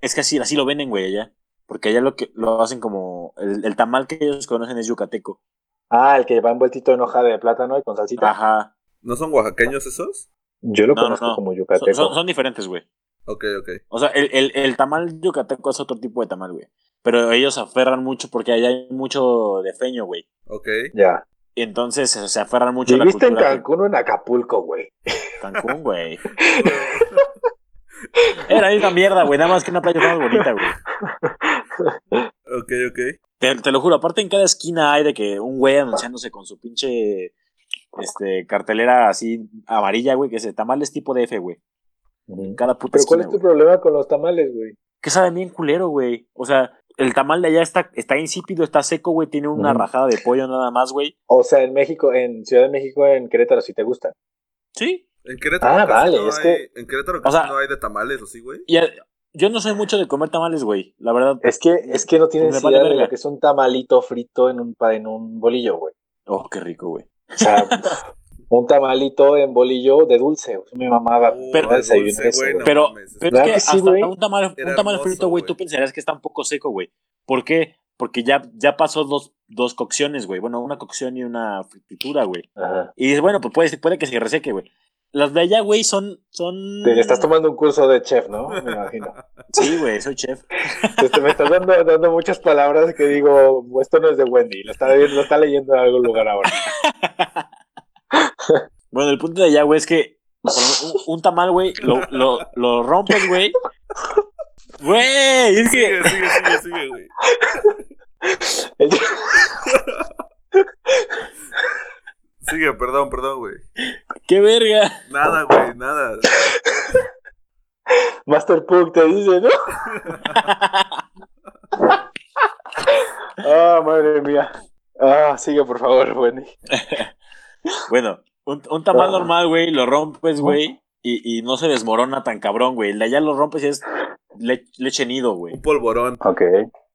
S6: es que así, así lo venden, güey, allá. Porque allá lo que lo hacen como. El, el tamal que ellos conocen es yucateco.
S5: Ah, el que va envueltito en hoja de plátano y con salsita.
S6: Ajá.
S3: ¿No son oaxaqueños esos?
S5: Yo lo
S6: No, no,
S5: conozco
S6: no.
S5: como
S6: Son,
S5: yucateco.
S6: son- son diferentes, güey.
S3: Ok, ok.
S6: O sea, el, el- el tamal yucateco es otro tipo de tamal, güey. Pero ellos se aferran mucho porque allá hay mucho de feño, güey.
S3: Ok.
S5: Ya.
S6: Entonces se, se aferran mucho a la
S5: ¿Viviste
S6: cultura.
S5: en Cancún o en Acapulco, güey?
S6: de Cancún, güey. Era ahí una mierda, güey. Nada más que una playa más bonita, güey.
S3: ok, ok.
S6: Te, te lo juro, aparte en cada esquina hay de que un güey anunciándose con su pinche este, cartelera así amarilla, güey, que es tamales tipo DF, güey. En cada puta
S5: Pero ¿cuál
S6: esquina,
S5: es tu
S6: güey.
S5: problema con los tamales, güey?
S6: Que sabe bien culero, güey. O sea, el tamal de allá está, está insípido, está seco, güey. Tiene una
S5: Ujú.
S6: rajada de pollo nada más, güey.
S5: O sea, en México, en Ciudad de México, en Querétaro, si te gustan.
S6: Sí.
S3: En Querétaro
S5: Ah,
S3: casi
S5: vale,
S3: no
S5: es
S3: hay,
S5: que-
S3: en Querétaro
S6: O
S3: casi
S6: sea-
S3: no hay de tamales, ¿o sí, güey?
S6: Y eh, yo no soy mucho de comer tamales, güey. La verdad.
S5: Es que, es que no
S6: Me
S5: tienes
S6: vale
S5: idea de
S6: verga.
S5: lo que es un tamalito frito en un, pa- en un bolillo, güey.
S6: Oh, qué rico, güey.
S5: O sea, un tamalito en bolillo de dulce. güey. Mi mamá va
S3: Oh,
S6: pero-
S3: de
S5: Ah, desayuno
S3: dulce,
S5: eso,
S3: güey,
S5: güey.
S6: Pero,
S3: mames,
S6: pero
S5: ¿Verdad
S6: es que,
S5: que sí,
S6: hasta
S5: güey?
S6: un tamal,
S3: Era
S6: un tamal
S3: hermoso,
S6: frito, güey,
S3: güey.
S6: tú pensarías que está un poco seco, güey. ¿Por qué? Porque ya, ya pasó dos, dos cocciones, güey. Bueno, una cocción y una fritura, güey.
S5: Ajá.
S6: Y dices, bueno, pues puede, puede que se reseque, güey. Las de allá, güey, son, son...
S5: Te estás tomando un curso de chef, ¿no? Me imagino.
S6: Sí, güey, soy chef.
S5: Este, me estás dando, dando muchas palabras que digo, esto no es de Wendy, lo está, lo está leyendo en algún lugar ahora.
S6: Bueno, el punto de allá, güey, es que por lo- un, un tamal, güey, lo, lo, lo rompes, güey. Güey, es que...
S3: Sigue, sigue, sigue, sigue, güey. Sigue, perdón, perdón, güey.
S6: ¡Qué verga!
S3: Nada, güey, nada.
S5: Master Pug te dice, ¿no? Ah, madre mía. Ah, sigue por favor, Wendy.
S6: Bueno, un, un tamal
S5: Ah.
S6: normal, güey, lo rompes, güey, y, y no se desmorona tan cabrón, güey. El de allá lo rompes y es le- leche nido, güey.
S3: Un polvorón.
S5: Ok.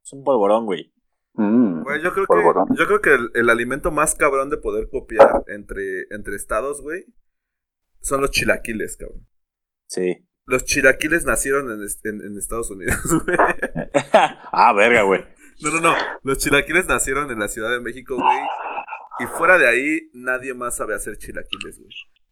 S6: Es un polvorón, güey.
S5: Mm.
S3: Güey, yo creo
S5: Polvorón.
S3: que, yo creo que el, el alimento más cabrón de poder copiar entre, entre estados, güey, son los chilaquiles, cabrón.
S6: Sí.
S3: Los chilaquiles nacieron en, est- en- en Estados Unidos, güey.
S6: ah, verga, güey.
S3: No, no, no. Los chilaquiles nacieron en la Ciudad de México, güey. Y fuera de ahí, nadie más sabe hacer chilaquiles, güey.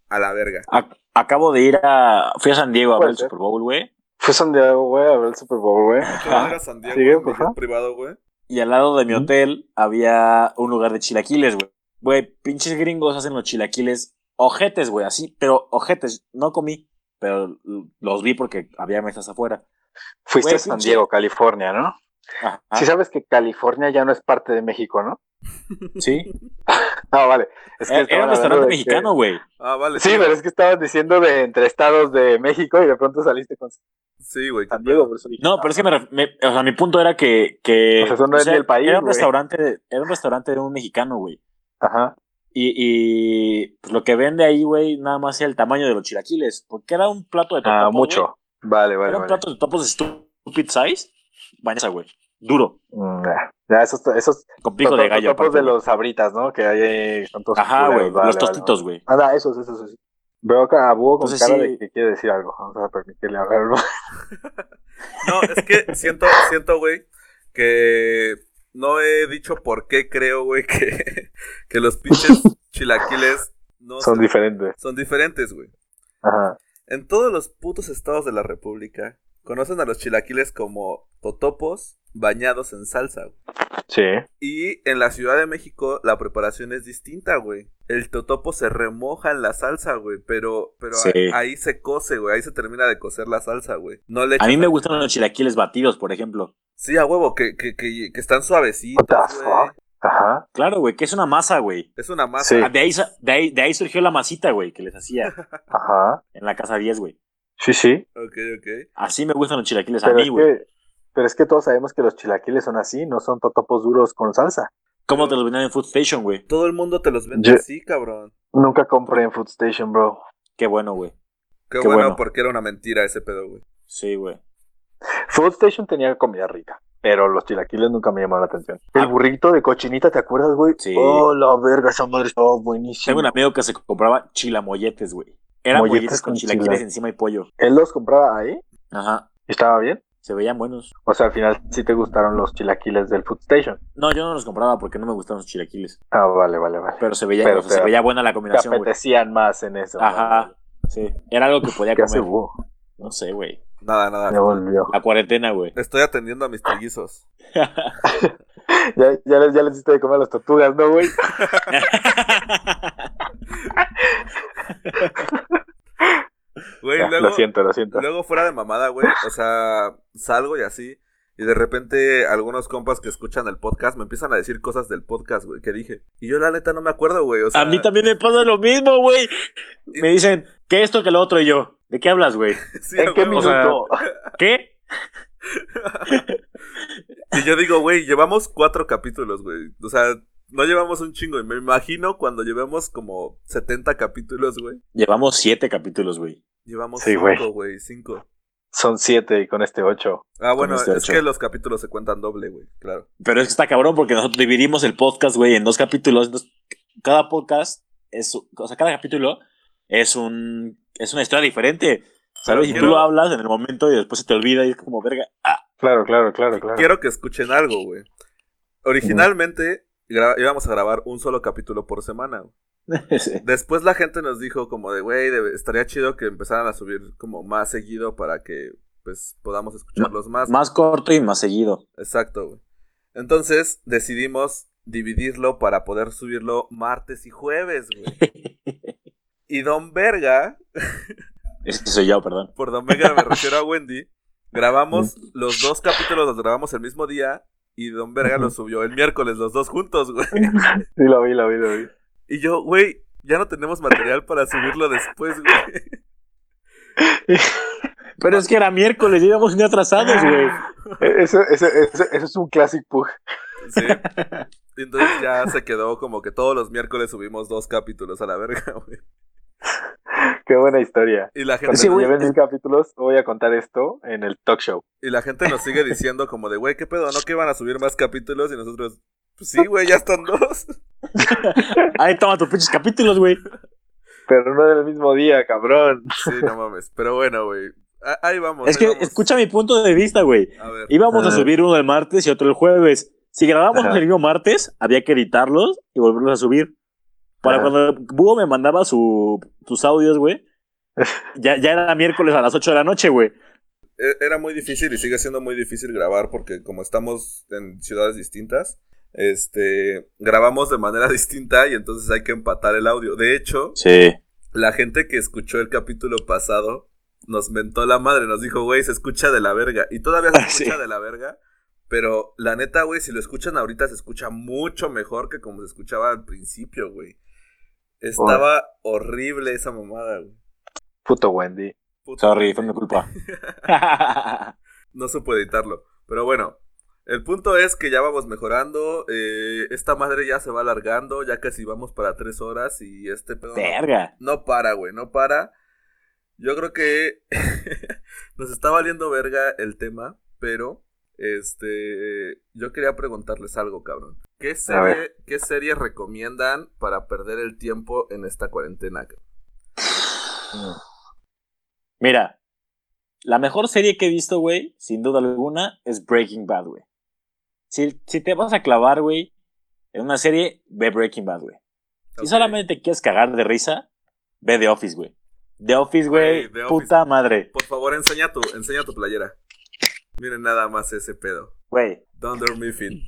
S3: A la verga.
S6: Ac- acabo de ir a. Fui a San Diego a ver
S5: Puede
S6: el
S5: ser.
S6: Super Bowl, güey.
S5: Fue Santiago, güey, a ver el Super Bowl, güey.
S3: Todo era San Diego,
S5: Sigue,
S3: en mi
S5: por favor.
S3: jet privado, güey.
S6: Y al lado de mi
S5: Ujú.
S6: hotel había un lugar de chilaquiles, güey. Güey, pinches gringos hacen los chilaquiles ojetes, güey, así, pero ojetes. No comí, pero los vi porque había mesas afuera.
S5: Fuiste
S6: Güey,
S5: a San
S6: pinche- Ah.
S5: Diego, California, ¿no?
S6: Ajá.
S5: Sí sabes que California ya no es parte de México, ¿no?
S6: Sí.
S5: Ah, vale. Es que
S6: Eh,
S5: estaban
S6: Era un
S5: hablando
S6: restaurante
S5: de
S6: mexicano, güey.
S3: Ah, vale.
S5: que- Sí, pero es que estabas diciendo de entre estados de México y de pronto saliste con
S3: Sí, güey. qué
S5: San Diego,
S3: pedo.
S5: por eso dije, "Ah,
S6: No, pero es que me, ref- me- o sea, mi punto era que, que pues,
S5: O sea, eso no es del país,
S6: era un
S5: güey.
S6: restaurante, de- era un restaurante de un mexicano, güey.
S5: Ajá.
S6: Y, y pues, lo que vende ahí, güey, nada más era el tamaño de los chilaquiles, porque era un plato de
S5: Ah,
S6: totopos,
S5: mucho.
S6: güey.
S5: Vale, vale,
S6: era un
S5: vale.
S6: plato de topos stupid size, bañaza, güey, duro,
S5: Mm, ya. Ya, esos, esos
S6: con pico de gallo.
S5: totopos
S6: aparte,
S5: de
S6: güey.
S5: los sabritas, ¿no? Que hay ahí, son todos
S6: Ajá,
S5: culeros,
S6: güey,
S5: vale,
S6: los
S5: vale,
S6: tostitos, güey.
S5: vale. Ah, da, esos, esos, esos. Veo acá a Búho con
S6: Entonces,
S5: cara
S6: sí.
S5: de que quiere decir algo. Vamos a permitirle hablar. ¿no?
S3: No, es que siento, siento, güey, que no he dicho por qué creo, güey, que, que los pinches chilaquiles no
S5: Son
S3: se-
S5: diferentes.
S3: son diferentes, güey.
S5: Ajá.
S3: En todos los putos estados de la República conocen a los chilaquiles como totopos bañados en salsa. güey.
S5: Sí.
S3: Y en la Ciudad de México la preparación es distinta, güey. El totopo se remoja en la salsa, güey, pero, pero
S6: Sí.
S3: ahí, ahí se cose, güey, ahí se termina de cocer la salsa, güey. No le
S6: A mí
S3: echas-
S6: me gustan los chilaquiles batidos, por ejemplo.
S3: Sí, a huevo, que, que, que, que están suavecitos,
S5: What the
S3: güey.
S5: fuck? Ajá.
S6: Claro, güey, que es una masa, güey.
S3: Es una masa.
S5: Sí.
S6: Ah, De ahí, sa- de, ahí, de ahí surgió la masita, güey, que les hacía
S5: Ajá.
S6: en la casa 10, güey.
S5: Sí, sí.
S3: Ok, ok.
S6: Así me gustan los chilaquiles Pues a
S5: Pero
S6: mí,
S5: es,
S6: güey.
S5: que, pero es que todos sabemos que los chilaquiles son así, no son totopos duros con salsa.
S6: ¿Cómo te los vendían en Food Station, güey?
S3: Todo el mundo te los vende
S5: Yo-
S3: así, cabrón.
S5: Nunca compré en Food Station, bro.
S6: Qué bueno, güey.
S3: Qué,
S6: Qué
S3: bueno,
S6: bueno.
S3: porque era una mentira ese pedo, güey.
S6: Sí, güey.
S5: Food Station tenía comida rica, pero los chilaquiles nunca me llamaron la atención. El
S6: Ah.
S5: burrito de cochinita, ¿te acuerdas, güey?
S6: Sí.
S5: Oh, la verga, esa madre estaba buenísima.
S6: Tengo un amigo que se compraba chilamolletes, güey. Eran
S5: Molletes
S6: molletes con
S5: con
S6: chilaquiles
S5: chila-
S6: encima y pollo.
S5: Él los compraba ahí
S6: Ajá.
S5: y estaba bien.
S6: Se veían buenos.
S5: O sea, al final sí te gustaron los chilaquiles del Food Station.
S6: No, yo no los compraba porque no me gustaban los chilaquiles.
S5: Ah, vale, vale, vale.
S6: Pero se veía,
S5: Pero
S6: o sea, se
S5: te-
S6: veía buena la
S5: Te
S6: combinación, güey.
S5: apetecían más en eso.
S6: Ajá. Sí. Era algo que podía
S5: ¿Qué hace
S6: comer.
S5: Búho?
S6: No sé, güey.
S3: Nada, nada.
S5: Ya volvió.
S6: La cuarentena, güey.
S3: Estoy atendiendo a mis trillizos.
S5: Ya, ya, les, ya les hiciste de comer a las tortugas, ¿no, güey?
S3: Güey,
S5: Ya,
S3: luego,
S5: Lo siento, lo siento.
S3: luego fuera de mamada, güey. O sea, salgo y así. Y de repente algunos compas que escuchan el podcast me empiezan a decir cosas del podcast, güey, que dije. Y yo la neta no me acuerdo, güey. O sea,
S6: A mí también me pasa lo mismo, güey. Me dicen, ¿qué esto que lo otro? Y yo, ¿de qué hablas, güey?
S3: sí,
S5: ¿En
S3: a
S5: qué
S3: huevo.
S6: O sea,
S5: minuto?
S6: ¿Qué?
S3: Y yo digo, güey, llevamos cuatro capítulos, güey. O sea, no llevamos un chingo. Y me imagino cuando llevemos como 70 capítulos, güey.
S6: Llevamos siete capítulos, güey.
S3: Llevamos
S5: Sí, güey.
S3: cinco, güey, cinco.
S5: Son siete y con este ocho.
S3: Ah, bueno,
S6: este
S3: es
S6: ocho.
S3: que los capítulos se cuentan doble, güey, claro.
S6: Pero es que está cabrón porque nosotros dividimos el podcast, güey, en dos capítulos. Entonces, cada podcast es, o sea, cada capítulo es un es una historia diferente. ¿Sabes? Y
S3: Pero
S6: tú
S3: quiero-
S6: lo hablas en el momento y después se te olvida y es como verga. Ah,
S5: Claro, claro, claro, claro.
S3: Quiero que escuchen algo, güey. Originalmente gra- íbamos a grabar un solo capítulo por semana. güey.
S6: sí.
S3: Después la gente nos dijo como de, güey, debe- estaría chido que empezaran a subir como más seguido para que pues podamos escucharlos más.
S6: más corto y más seguido.
S3: Exacto, güey. Entonces decidimos dividirlo para poder subirlo martes y jueves, güey. Y Don Verga,
S6: Ese soy yo, perdón.
S3: por Don Verga me refiero a Wendy, grabamos los dos capítulos, los grabamos el mismo día y Don Verga los subió el miércoles, los dos juntos, güey.
S5: Sí, lo vi, lo vi, lo vi.
S3: Y yo, güey, ya no tenemos material para subirlo después, güey.
S6: Pero es que era miércoles, íbamos muy atrasados, güey.
S5: Eso, eso, eso, eso es un classic pug.
S3: Sí. Y entonces ya se quedó como que todos los miércoles subimos dos capítulos a la verga, güey.
S5: Qué buena historia.
S3: Y la gente
S5: Cuando
S6: Sí,
S5: se
S6: güey.
S5: lleven mil capítulos, voy a contar esto en el talk show.
S3: Y la gente nos sigue diciendo como de, güey, ¿qué pedo? ¿No que iban a subir más capítulos? Y nosotros, "Pues sí, güey, ya están dos.
S6: Ahí toma tus pinches capítulos, güey.
S3: Pues
S5: Pero no en el mismo día, cabrón.
S3: Sí, no mames. Pero bueno, güey. a- Ahí vamos.
S6: Es
S3: ahí
S6: que
S3: vamos.
S6: escucha mi punto de vista, güey.
S3: A ver.
S6: Íbamos a
S5: Ajá.
S6: subir uno el martes y otro el jueves. Si grabábamos
S5: Ajá.
S6: el mismo martes, había que editarlos y volverlos a subir. Para
S5: Ajá.
S6: cuando Búho me mandaba su, sus audios, güey. Ya, ya era miércoles a las 8 de la noche, güey.
S3: e- Era muy difícil y sigue siendo muy difícil grabar porque como estamos en ciudades distintas, este, grabamos de manera distinta y entonces hay que empatar el audio. De hecho,
S6: Sí.
S3: la gente que escuchó el capítulo pasado nos mentó la madre, nos dijo, güey, se escucha de la verga. Y todavía se
S6: Ah, sí.
S3: escucha de la verga. Pero la neta, güey, si lo escuchan ahorita, se escucha mucho mejor que como se escuchaba al principio, güey. Estaba horrible esa mamada, güey.
S5: Puto Wendy.
S3: Puta
S6: Sorry,
S3: madre.
S6: fue mi culpa.
S3: No supo editarlo. Pero bueno, el punto es que ya vamos mejorando. eh, esta madre ya se va alargando. Ya casi vamos para tres horas. Y este pedo no-
S6: Verga.
S3: no para, güey, no para. Yo creo que nos está valiendo verga el tema, pero este yo quería preguntarles algo, cabrón. ¿Qué serie,
S5: ver.
S3: ¿Qué serie recomiendan para perder el tiempo en esta cuarentena? cabrón?
S6: Mira, la mejor serie que he visto, güey, sin duda alguna, es Breaking Bad, güey. Si, si te vas a clavar, güey, en una serie, ve Breaking Bad, güey. Si
S3: Ok.
S6: solamente te quieres cagar de risa, ve The Office, güey. The Office, güey,
S3: Güey, The
S6: puta madre.
S3: Por favor, enseña tu, enseña tu playera. Miren nada más ese pedo.
S6: Güey,
S3: Dunder Miffin.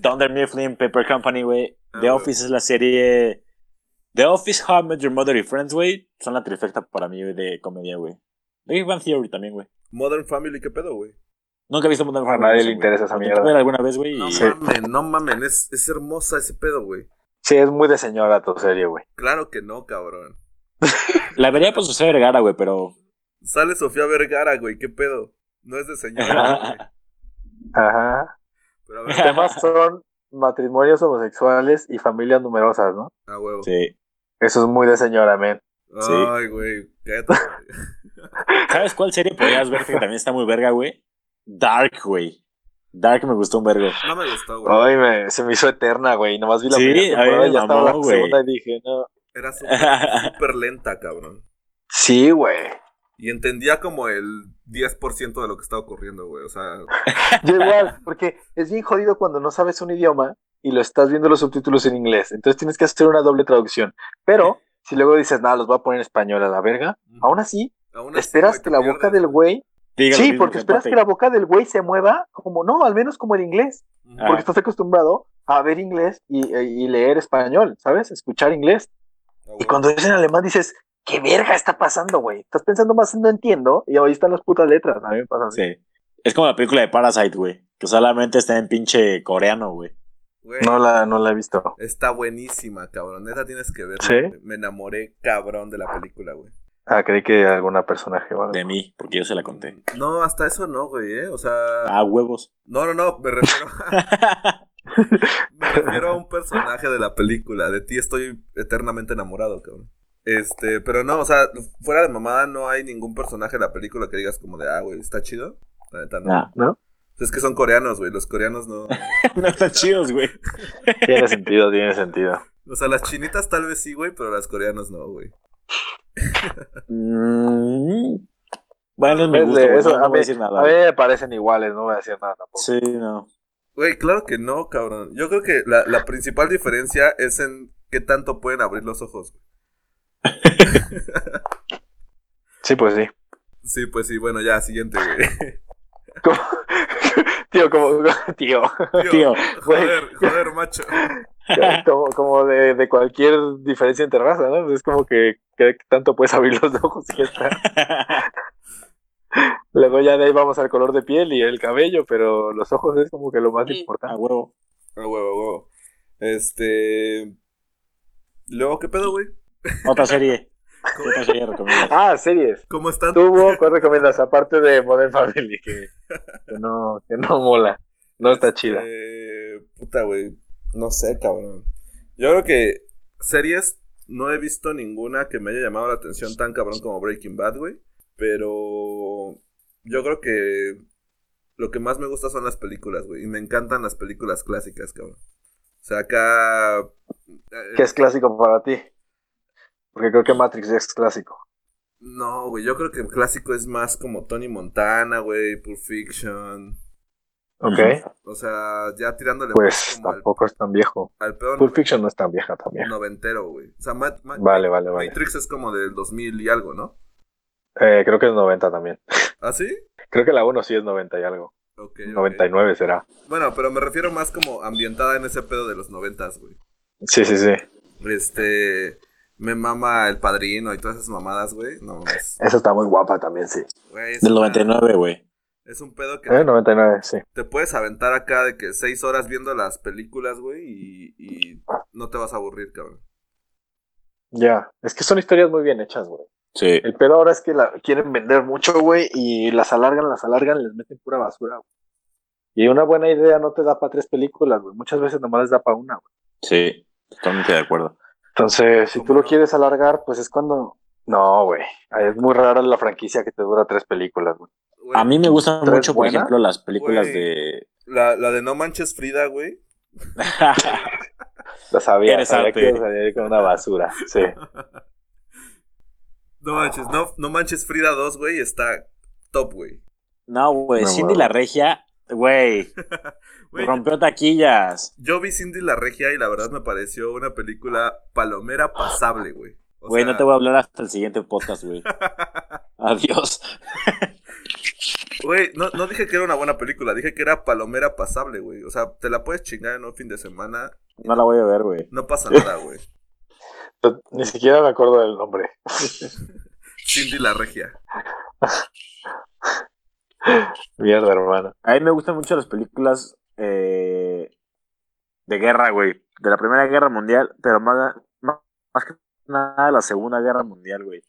S6: Dunder Mifflin, Paper Company, güey.
S3: Ah,
S6: The
S3: güey.
S6: Office es la serie... The Office, How I Met Your Mother y Friends, güey, son la trifecta para mí, güey, de comedia, güey. Big Bang Theory también, güey.
S3: Modern Family, ¿qué pedo, güey?
S6: Nunca he visto Modern
S5: A
S6: Family.
S5: nadie
S6: Ah, no
S5: le
S6: sé, güey.
S5: interesa esa
S6: Lo
S5: mierda.
S6: intenté ver alguna vez, güey.
S3: No
S6: y-
S3: mamen, no mamen. Es, es hermosa ese pedo, güey.
S5: Sí, es muy de señora tu serie, güey.
S3: Claro que no, cabrón.
S6: La vería por José Vergara, güey, pero.
S3: Sale Sofía Vergara, güey. ¿Qué pedo? No es de señora, güey.
S5: Ajá.
S3: Pero a
S5: Los
S3: ver,
S5: temas son matrimonios homosexuales y familias numerosas, ¿no?
S3: a huevo.
S6: Sí.
S5: Eso es muy de señora, men.
S6: Sí.
S3: Ay, güey. Cállate. güey.
S6: ¿Sabes cuál serie podrías ver que también está muy verga, güey? Dark, güey. Dark me gustó un vergo.
S3: No me gustó, güey.
S5: Ay, me, se me hizo eterna, güey. Nomás vi la
S6: Sí,
S5: primera
S6: a
S5: temporada
S6: mí me
S5: y ya estaba
S6: mamó,
S5: la
S6: güey.
S5: segunda y dije, no.
S3: Era súper súper lenta, cabrón.
S5: Sí, güey.
S3: Y entendía como el 10% de lo que estaba ocurriendo, güey. O sea,
S5: Yo igual, porque es bien jodido cuando no sabes un idioma y lo estás viendo los subtítulos en inglés. Entonces tienes que hacer una doble traducción. Pero si luego dices, nada, los voy a poner en español a la verga, aún así,
S3: mm, aún así,
S5: esperas
S3: güey,
S5: que
S3: te
S5: la boca
S3: pierdes,
S5: del güey.
S6: Diga lo
S5: Sí,
S6: mismo
S5: porque esperas que la boca del güey se mueva, como no, al menos como el inglés.
S3: Ujú.
S6: Ah.
S5: Porque estás acostumbrado a ver inglés y, eh, y leer español, ¿sabes? Escuchar inglés.
S3: A
S5: Y
S3: huevo.
S5: cuando es en alemán dices, ¿qué verga está pasando, güey? Estás pensando más, no entiendo. Y ahí están las putas letras. A mí me pasa así.
S6: Sí. Es como la película de Parasite, güey. Que solamente está en pinche coreano, güey.
S3: Güey,
S5: No la, no la he visto.
S3: Está buenísima, cabrón. Neta tienes que verla.
S5: ¿Sí?
S3: güey. Me enamoré, cabrón, de la película, güey.
S5: Ah, creí que alguna personaje o algo.
S6: De mí, porque yo se la conté.
S3: Mm, No, hasta eso no, güey, ¿eh? O sea.
S6: Ah, huevos.
S3: No, no, no. Me refiero, me refiero a un personaje de la película. De ti estoy eternamente enamorado, cabrón. Este, pero no, o sea, fuera de mamada no hay ningún personaje de la película que digas como de, ah, güey, está chido. La neta no.
S6: nah,
S3: Es que son coreanos, güey. Los coreanos no.
S6: no están chidos, güey.
S5: Tiene sentido, tiene sentido.
S3: O sea, las chinitas tal vez sí, güey, pero las coreanas no, güey.
S6: Mm. Bueno, es mi
S5: Pues,
S6: gusto,
S5: eh,
S6: güey.
S5: eso,
S6: no, no
S5: a,
S6: voy
S5: mí,
S6: a decir nada.
S5: a mí
S6: güey.
S5: me parecen iguales, no voy a decir nada tampoco.
S6: Sí, no.
S3: Güey, claro que no, cabrón. Yo creo que la, la principal diferencia es en qué tanto pueden abrir los ojos.
S5: Sí, pues sí.
S3: Sí, pues sí, bueno, ya, siguiente, güey.
S5: Como- tío, como, tío,
S6: Tío,
S3: Joder, joder, macho.
S5: como, como de, de cualquier diferencia entre razas, ¿no? Es como que, que tanto puedes abrir los ojos y ya está. Luego ya de ahí vamos al color de piel y el cabello, pero los ojos es como que lo más
S6: a
S5: importante.
S6: huevo.
S3: A huevo, a huevo. Este. Luego, ¿qué pedo, güey?
S6: Otra serie. ¿Qué
S3: ¿Cómo,
S6: otra serie recomiendas?
S5: Ah, series.
S3: cómo están?
S5: ¿Tú, Hugo, cuál recomiendas? Aparte de Modern Family, que, que no, que no mola. No está chida.
S3: Eh, puta, güey. No sé, cabrón. Yo creo que series no he visto ninguna que me haya llamado la atención tan cabrón como Breaking Bad, güey. Pero yo creo que lo que más me gusta son las películas, güey. Y me encantan las películas clásicas, cabrón. O sea, acá... eh,
S5: ¿Qué es clásico para ti? Porque creo que Matrix es clásico.
S3: No, güey. Yo creo que el clásico es más como Tony Montana, güey. Pulp Fiction.
S5: ¿Ok?
S3: O sea, ya tirándole más
S5: Pues
S3: como al,
S5: tampoco es tan viejo.
S3: al pedo
S5: Pulp Fiction no es tan vieja también.
S3: noventero, güey. O sea, Matt, Matt-
S5: Vale, vale, vale.
S3: Matrix es como del 2000 y algo, ¿no?
S5: Eh, creo que es 90 también.
S3: ¿Ah, sí?
S5: Creo que la 1 sí es 90 y algo.
S3: Ok. ok.
S5: 99 será.
S3: Bueno, pero me refiero más como ambientada en ese pedo de los noventas, güey.
S5: Sí, sí, sí.
S3: Este... Me mama El Padrino y todas esas mamadas, güey. No, mames.
S5: Esa está muy guapa también, sí.
S3: Güey, es
S6: Del
S3: una-
S6: 99, güey.
S3: Es un pedo que
S5: Eh, 99, sí.
S3: te puedes aventar acá de que seis horas viendo las películas, güey, y, y no te vas a aburrir, cabrón.
S5: Ya. Es que son historias muy bien hechas, güey.
S6: Sí.
S5: El pedo ahora es que la quieren vender mucho, güey, y las alargan, las alargan, les meten pura basura, güey. Y una buena idea no te da para tres películas, güey. Muchas veces nomás les da para una, güey.
S6: Sí, totalmente de acuerdo.
S5: Entonces, si tú
S3: ¿Cómo
S5: lo
S3: no?
S5: quieres alargar, pues es cuando... No, güey. Es muy rara la franquicia que te dura tres películas, güey.
S3: Güey,
S6: A mí me gustan
S5: ¿Tres
S6: mucho, por
S5: buenas?
S6: ejemplo, las películas
S3: Güey.
S6: de...
S3: La, la de No Manches Frida, güey.
S5: Lo sabía,
S6: Eres
S5: sabía
S6: arte.
S5: que iba a salir con una basura. Sí.
S3: No manches, no, no manches Frida 2, güey, está top, güey.
S6: No, güey,
S7: No,
S6: Cindy
S7: mames.
S6: la regia, güey,
S3: Güey,
S6: rompió taquillas.
S3: Yo vi Cindy la Regia y la verdad me pareció una película palomera pasable, güey. O
S6: Güey,
S3: sea,
S6: no te voy a hablar hasta el siguiente podcast, güey. Adiós.
S3: Güey, no, no dije que era una buena película, dije que era palomera pasable, güey. O sea, te la puedes chingar en un fin de semana,
S6: No la voy a ver, güey.
S3: no pasa nada, güey.
S5: No, Ni siquiera me acuerdo del nombre.
S3: Cindy la Regia.
S5: Mierda, hermano.
S6: A mí me gustan mucho las películas eh, de guerra, güey. De la Primera Guerra Mundial, pero más, más, más que nada de la Segunda Guerra Mundial, güey.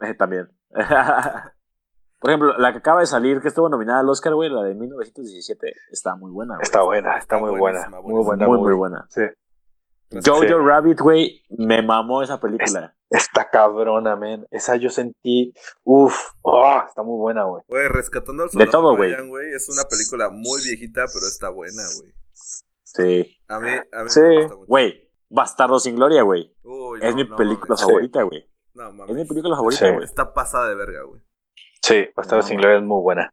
S6: Eh, también. Por ejemplo, la que acaba de salir, que estuvo nominada al Oscar, güey, la de 1917, está muy buena, güey.
S5: Está buena, está muy buena.
S3: buenísima,
S5: Muy buena,
S6: muy, muy
S5: movie.
S6: buena.
S5: Sí.
S6: Jojo
S5: Sí.
S6: Rabbit, güey, me mamó esa película.
S5: Está cabrona, men. Esa yo sentí. Uf, oh, está muy buena, güey.
S3: Güey, Rescatando al
S6: De
S3: Soldado
S6: todo, güey.
S3: Ryan, Es una película muy viejita, pero está buena, güey.
S6: Sí.
S3: A mí, a mí
S5: Sí.
S3: me gusta mucho.
S6: Güey, Bastardo sin Gloria, güey.
S3: Uy,
S6: Es
S3: no,
S6: mi
S3: no
S6: película
S3: mames.
S6: favorita, güey.
S3: No,
S6: Es
S3: mames.
S6: mi película favorita,
S5: Sí.
S6: güey.
S3: Está pasada de verga, güey.
S5: Sí, Bastardo sin Gloria es muy buena.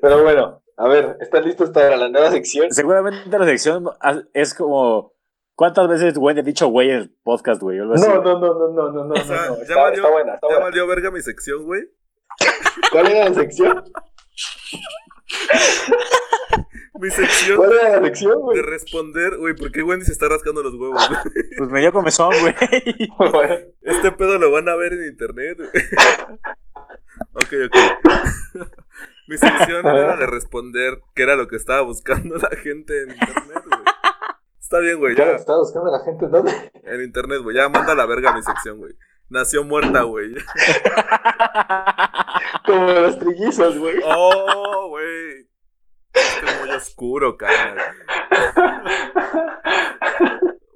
S5: Pero bueno, a ver, ¿están listos para la nueva sección?
S6: Seguramente la sección ha- es como. ¿Cuántas veces, güey, te he dicho, güey, en el podcast, güey? Algo así.
S5: No, no, no, no, no, no, no.
S3: O sea,
S5: no, no.
S3: ya
S5: Está,
S3: valió-
S5: está buena, está
S3: Ya
S5: buena.
S3: valió verga mi sección, güey.
S5: ¿Cuál era la sección?
S3: Mi sección
S5: ¿Cuál era la sección, güey?
S3: de responder, güey, ¿por qué Wendy se está rascando los huevos, güey?
S6: Pues me dio comezón, güey.
S3: Este pedo lo van a ver en internet, güey. Ok, ok. Mi sección era de responder qué era lo que estaba buscando la gente en internet, güey. Está bien, güey,
S5: Ya lo
S3: ya.
S5: está buscando la gente, ¿dónde?
S3: En internet, güey. Ya manda la verga mi sección, güey. Nació muerta, güey.
S5: Como los trillizos, güey.
S3: Oh, güey. Esto muy oscuro, carnal.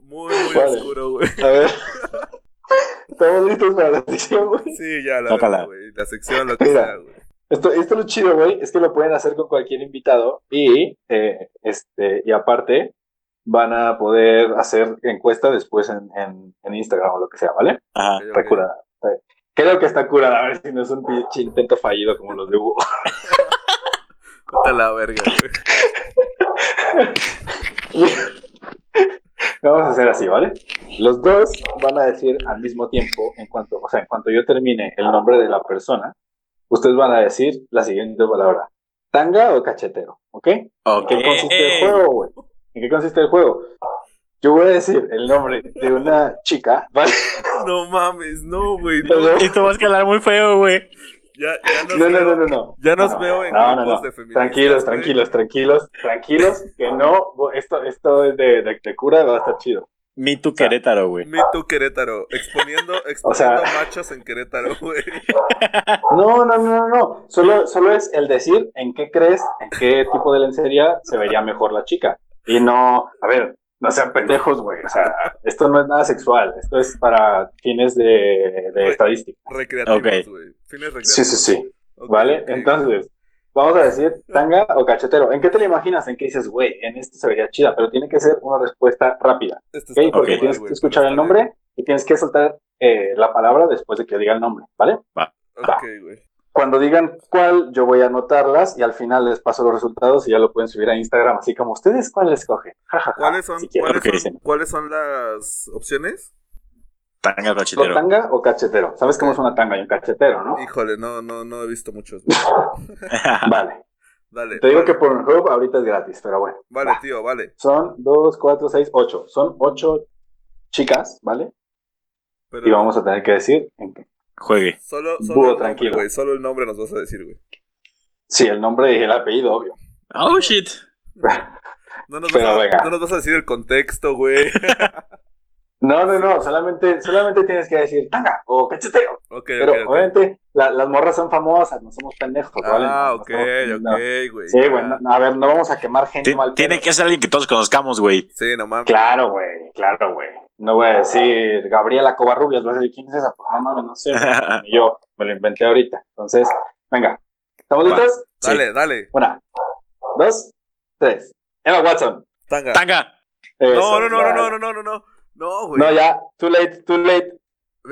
S3: Muy, muy
S5: Vale.
S3: oscuro, güey.
S5: A ver. Estamos listos para la sección, güey.
S3: Sí, ya, la
S6: Tócala.
S3: verga, güey. La sección, lo que
S5: Mira.
S3: sea, güey.
S5: Esto, esto es lo chido, güey, es que lo pueden hacer con cualquier invitado y, eh, este, y aparte van a poder hacer encuesta después en, en, en Instagram o lo que sea, ¿vale?
S6: Ajá.
S3: Ok,
S5: Ah, Está
S3: ok.
S5: curada. está- Creo que está curada, a ver si no es un pinche intento fallido como los de Hugo.
S3: Puta la verga, güey.
S5: Vamos a hacer así, ¿vale? Los dos van a decir al mismo tiempo, en cuanto, o sea, en cuanto yo termine el nombre de la persona, ustedes van a decir la siguiente palabra. Tanga o cachetero, ¿ok? ¿En
S6: Ok.
S5: qué consiste el juego, güey? ¿En qué consiste el juego? Yo voy a decir el nombre de una chica, ¿vale?
S3: No mames, no, güey.
S5: No,
S3: No,
S5: no,
S6: Esto va a escalar muy feo, güey.
S3: ya, ya nos
S5: no,
S3: veo,
S5: no, no, no.
S3: Ya nos
S5: No,
S3: veo en
S5: no, no,
S3: grupos
S5: no.
S3: de feministas.
S5: Tranquilos,
S3: güey.
S5: tranquilos, tranquilos, tranquilos, que no, esto, esto es de, de, de cura, va a estar chido.
S6: Me tu Querétaro, güey.
S3: Me Too Querétaro, exponiendo, exponiendo
S5: O sea-
S3: machos en Querétaro, güey.
S5: No, no, no, no, no. Solo, solo es el decir en qué crees, en qué tipo de lencería se vería mejor la chica. Y no, a ver, no sean pendejos, güey. O sea, esto no es nada sexual. Esto es para fines de, de estadística.
S3: Recreativos,
S6: Ok.
S3: güey. Fines recreativos.
S5: Sí, sí, sí.
S3: Ok,
S5: ¿Vale?
S3: ok.
S5: Entonces, vamos a decir tanga o cachetero. ¿En qué te lo imaginas? ¿En qué dices, güey, en esto se vería chida? Pero tiene que ser una respuesta rápida.
S3: Esto
S5: ¿Ok?
S3: está
S5: Porque
S3: mal,
S5: tienes
S3: güey,
S5: que escuchar
S3: pero
S5: el
S3: está
S5: nombre y tienes que soltar eh, la palabra después de que diga el nombre. ¿Vale?
S3: bien. Ok, güey.
S5: Cuando digan cuál, yo voy a anotarlas y al final les paso los resultados y ya lo pueden subir a Instagram. Así como ustedes, ¿cuál escogen? Ja, ja, ja.
S3: ¿Cuáles son,
S5: Si quieren,
S3: ¿cuáles,
S5: porque
S3: son,
S5: dicen,
S3: ¿Cuáles son las opciones?
S6: Tanga
S5: ¿lo
S6: cachetero.
S5: tanga o cachetero? ¿Sabes cómo es una tanga y un cachetero, no?
S3: Híjole, no, no, no he visto muchos, güey.
S5: Vale.
S3: Dale.
S5: Te digo
S3: vale,
S5: que por Pornhub ahorita es gratis, pero bueno.
S3: Vale, tío, vale.
S5: Son dos, cuatro, seis, ocho. Son ocho chicas, ¿vale?
S3: Pero
S5: Y vamos a tener que decir. en qué.
S6: Juegue.
S3: Solo, solo
S5: Búho,
S3: el nombre,
S5: tranquilo.
S3: güey. Solo el nombre nos vas a decir, güey.
S5: Sí, el nombre y el apellido, obvio.
S6: Oh, shit.
S3: No nos, vas
S5: Pero
S3: a,
S5: venga.
S3: no nos vas a decir el contexto, güey.
S5: No, no, no. Solamente, solamente tienes que decir tanga o cachetero.
S3: Ok,
S5: Pero
S3: ok, ok.
S5: obviamente la- las morras son famosas, no somos pendejos, ¿vale?
S3: Ah,
S5: No
S3: ok,
S5: somos- no.
S3: ok, güey.
S5: Sí,
S3: ya.
S5: güey, no- no, a ver, no vamos a quemar gente
S6: Ti-
S5: mal.
S6: Tiene
S5: pedo.
S6: que ser alguien que todos conozcamos, güey.
S3: Sí, no mames.
S5: Claro, güey, claro, güey. No voy
S3: Ah.
S5: a decir Gabriela Covarrubias, voy a decir, ¿quién es esa? Pues, no, no, no sé. güey. Ni yo me lo inventé ahorita. Entonces, venga. ¿Estamos
S6: Va.
S5: listos?
S3: Dale, dale.
S5: Una, dos, tres. Emma Watson.
S3: Tanga.
S6: Tanga.
S5: Eso,
S3: No, no, no, no,
S5: vale.
S3: no, no, no, no, no. No, güey.
S5: No, ya, too late, too late.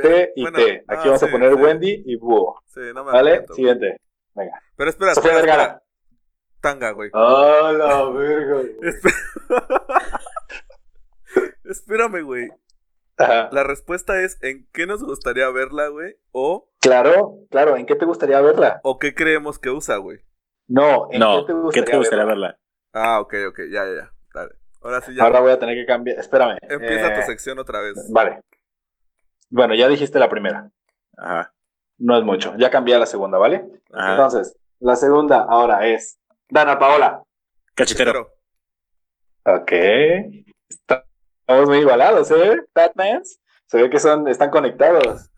S5: T y T. Aquí vamos a poner
S3: Wendy
S5: Wendy y Búho.
S3: ah, Sí, no me
S5: ¿Vale?
S3: arrepiento, güey.
S5: Siguiente.
S3: Pero espera,
S5: Sofía
S3: espera, espera.
S5: Vergara.
S3: Tanga, güey.
S5: ¡Ah, la verga! güey.
S3: Espérame, güey.
S5: Ajá.
S3: La respuesta es ¿en qué nos gustaría verla, güey? O,
S5: Claro, claro. ¿En qué te gustaría verla?
S3: o qué creemos que usa, güey.
S5: No, ¿en
S6: No, ¿qué te gustaría verla?
S3: Ah, ok, ok, ya, ya, ya. Dale. Ahora sí ya.
S5: Ahora voy a tener que cambiar. Espérame.
S3: Empieza tu
S5: Eh,
S3: sección otra vez.
S5: Vale. Bueno, ya dijiste la primera.
S6: Ajá.
S5: No es mucho. Ya cambié a la segunda, ¿vale?
S3: Ah.
S6: Ajá.
S5: Entonces, la segunda ahora es Dana Paola.
S6: Cachetero.
S3: Pero,
S5: Ok. Está- Estamos muy igualados, ¿eh? Batmans. Se ve que son, están conectados.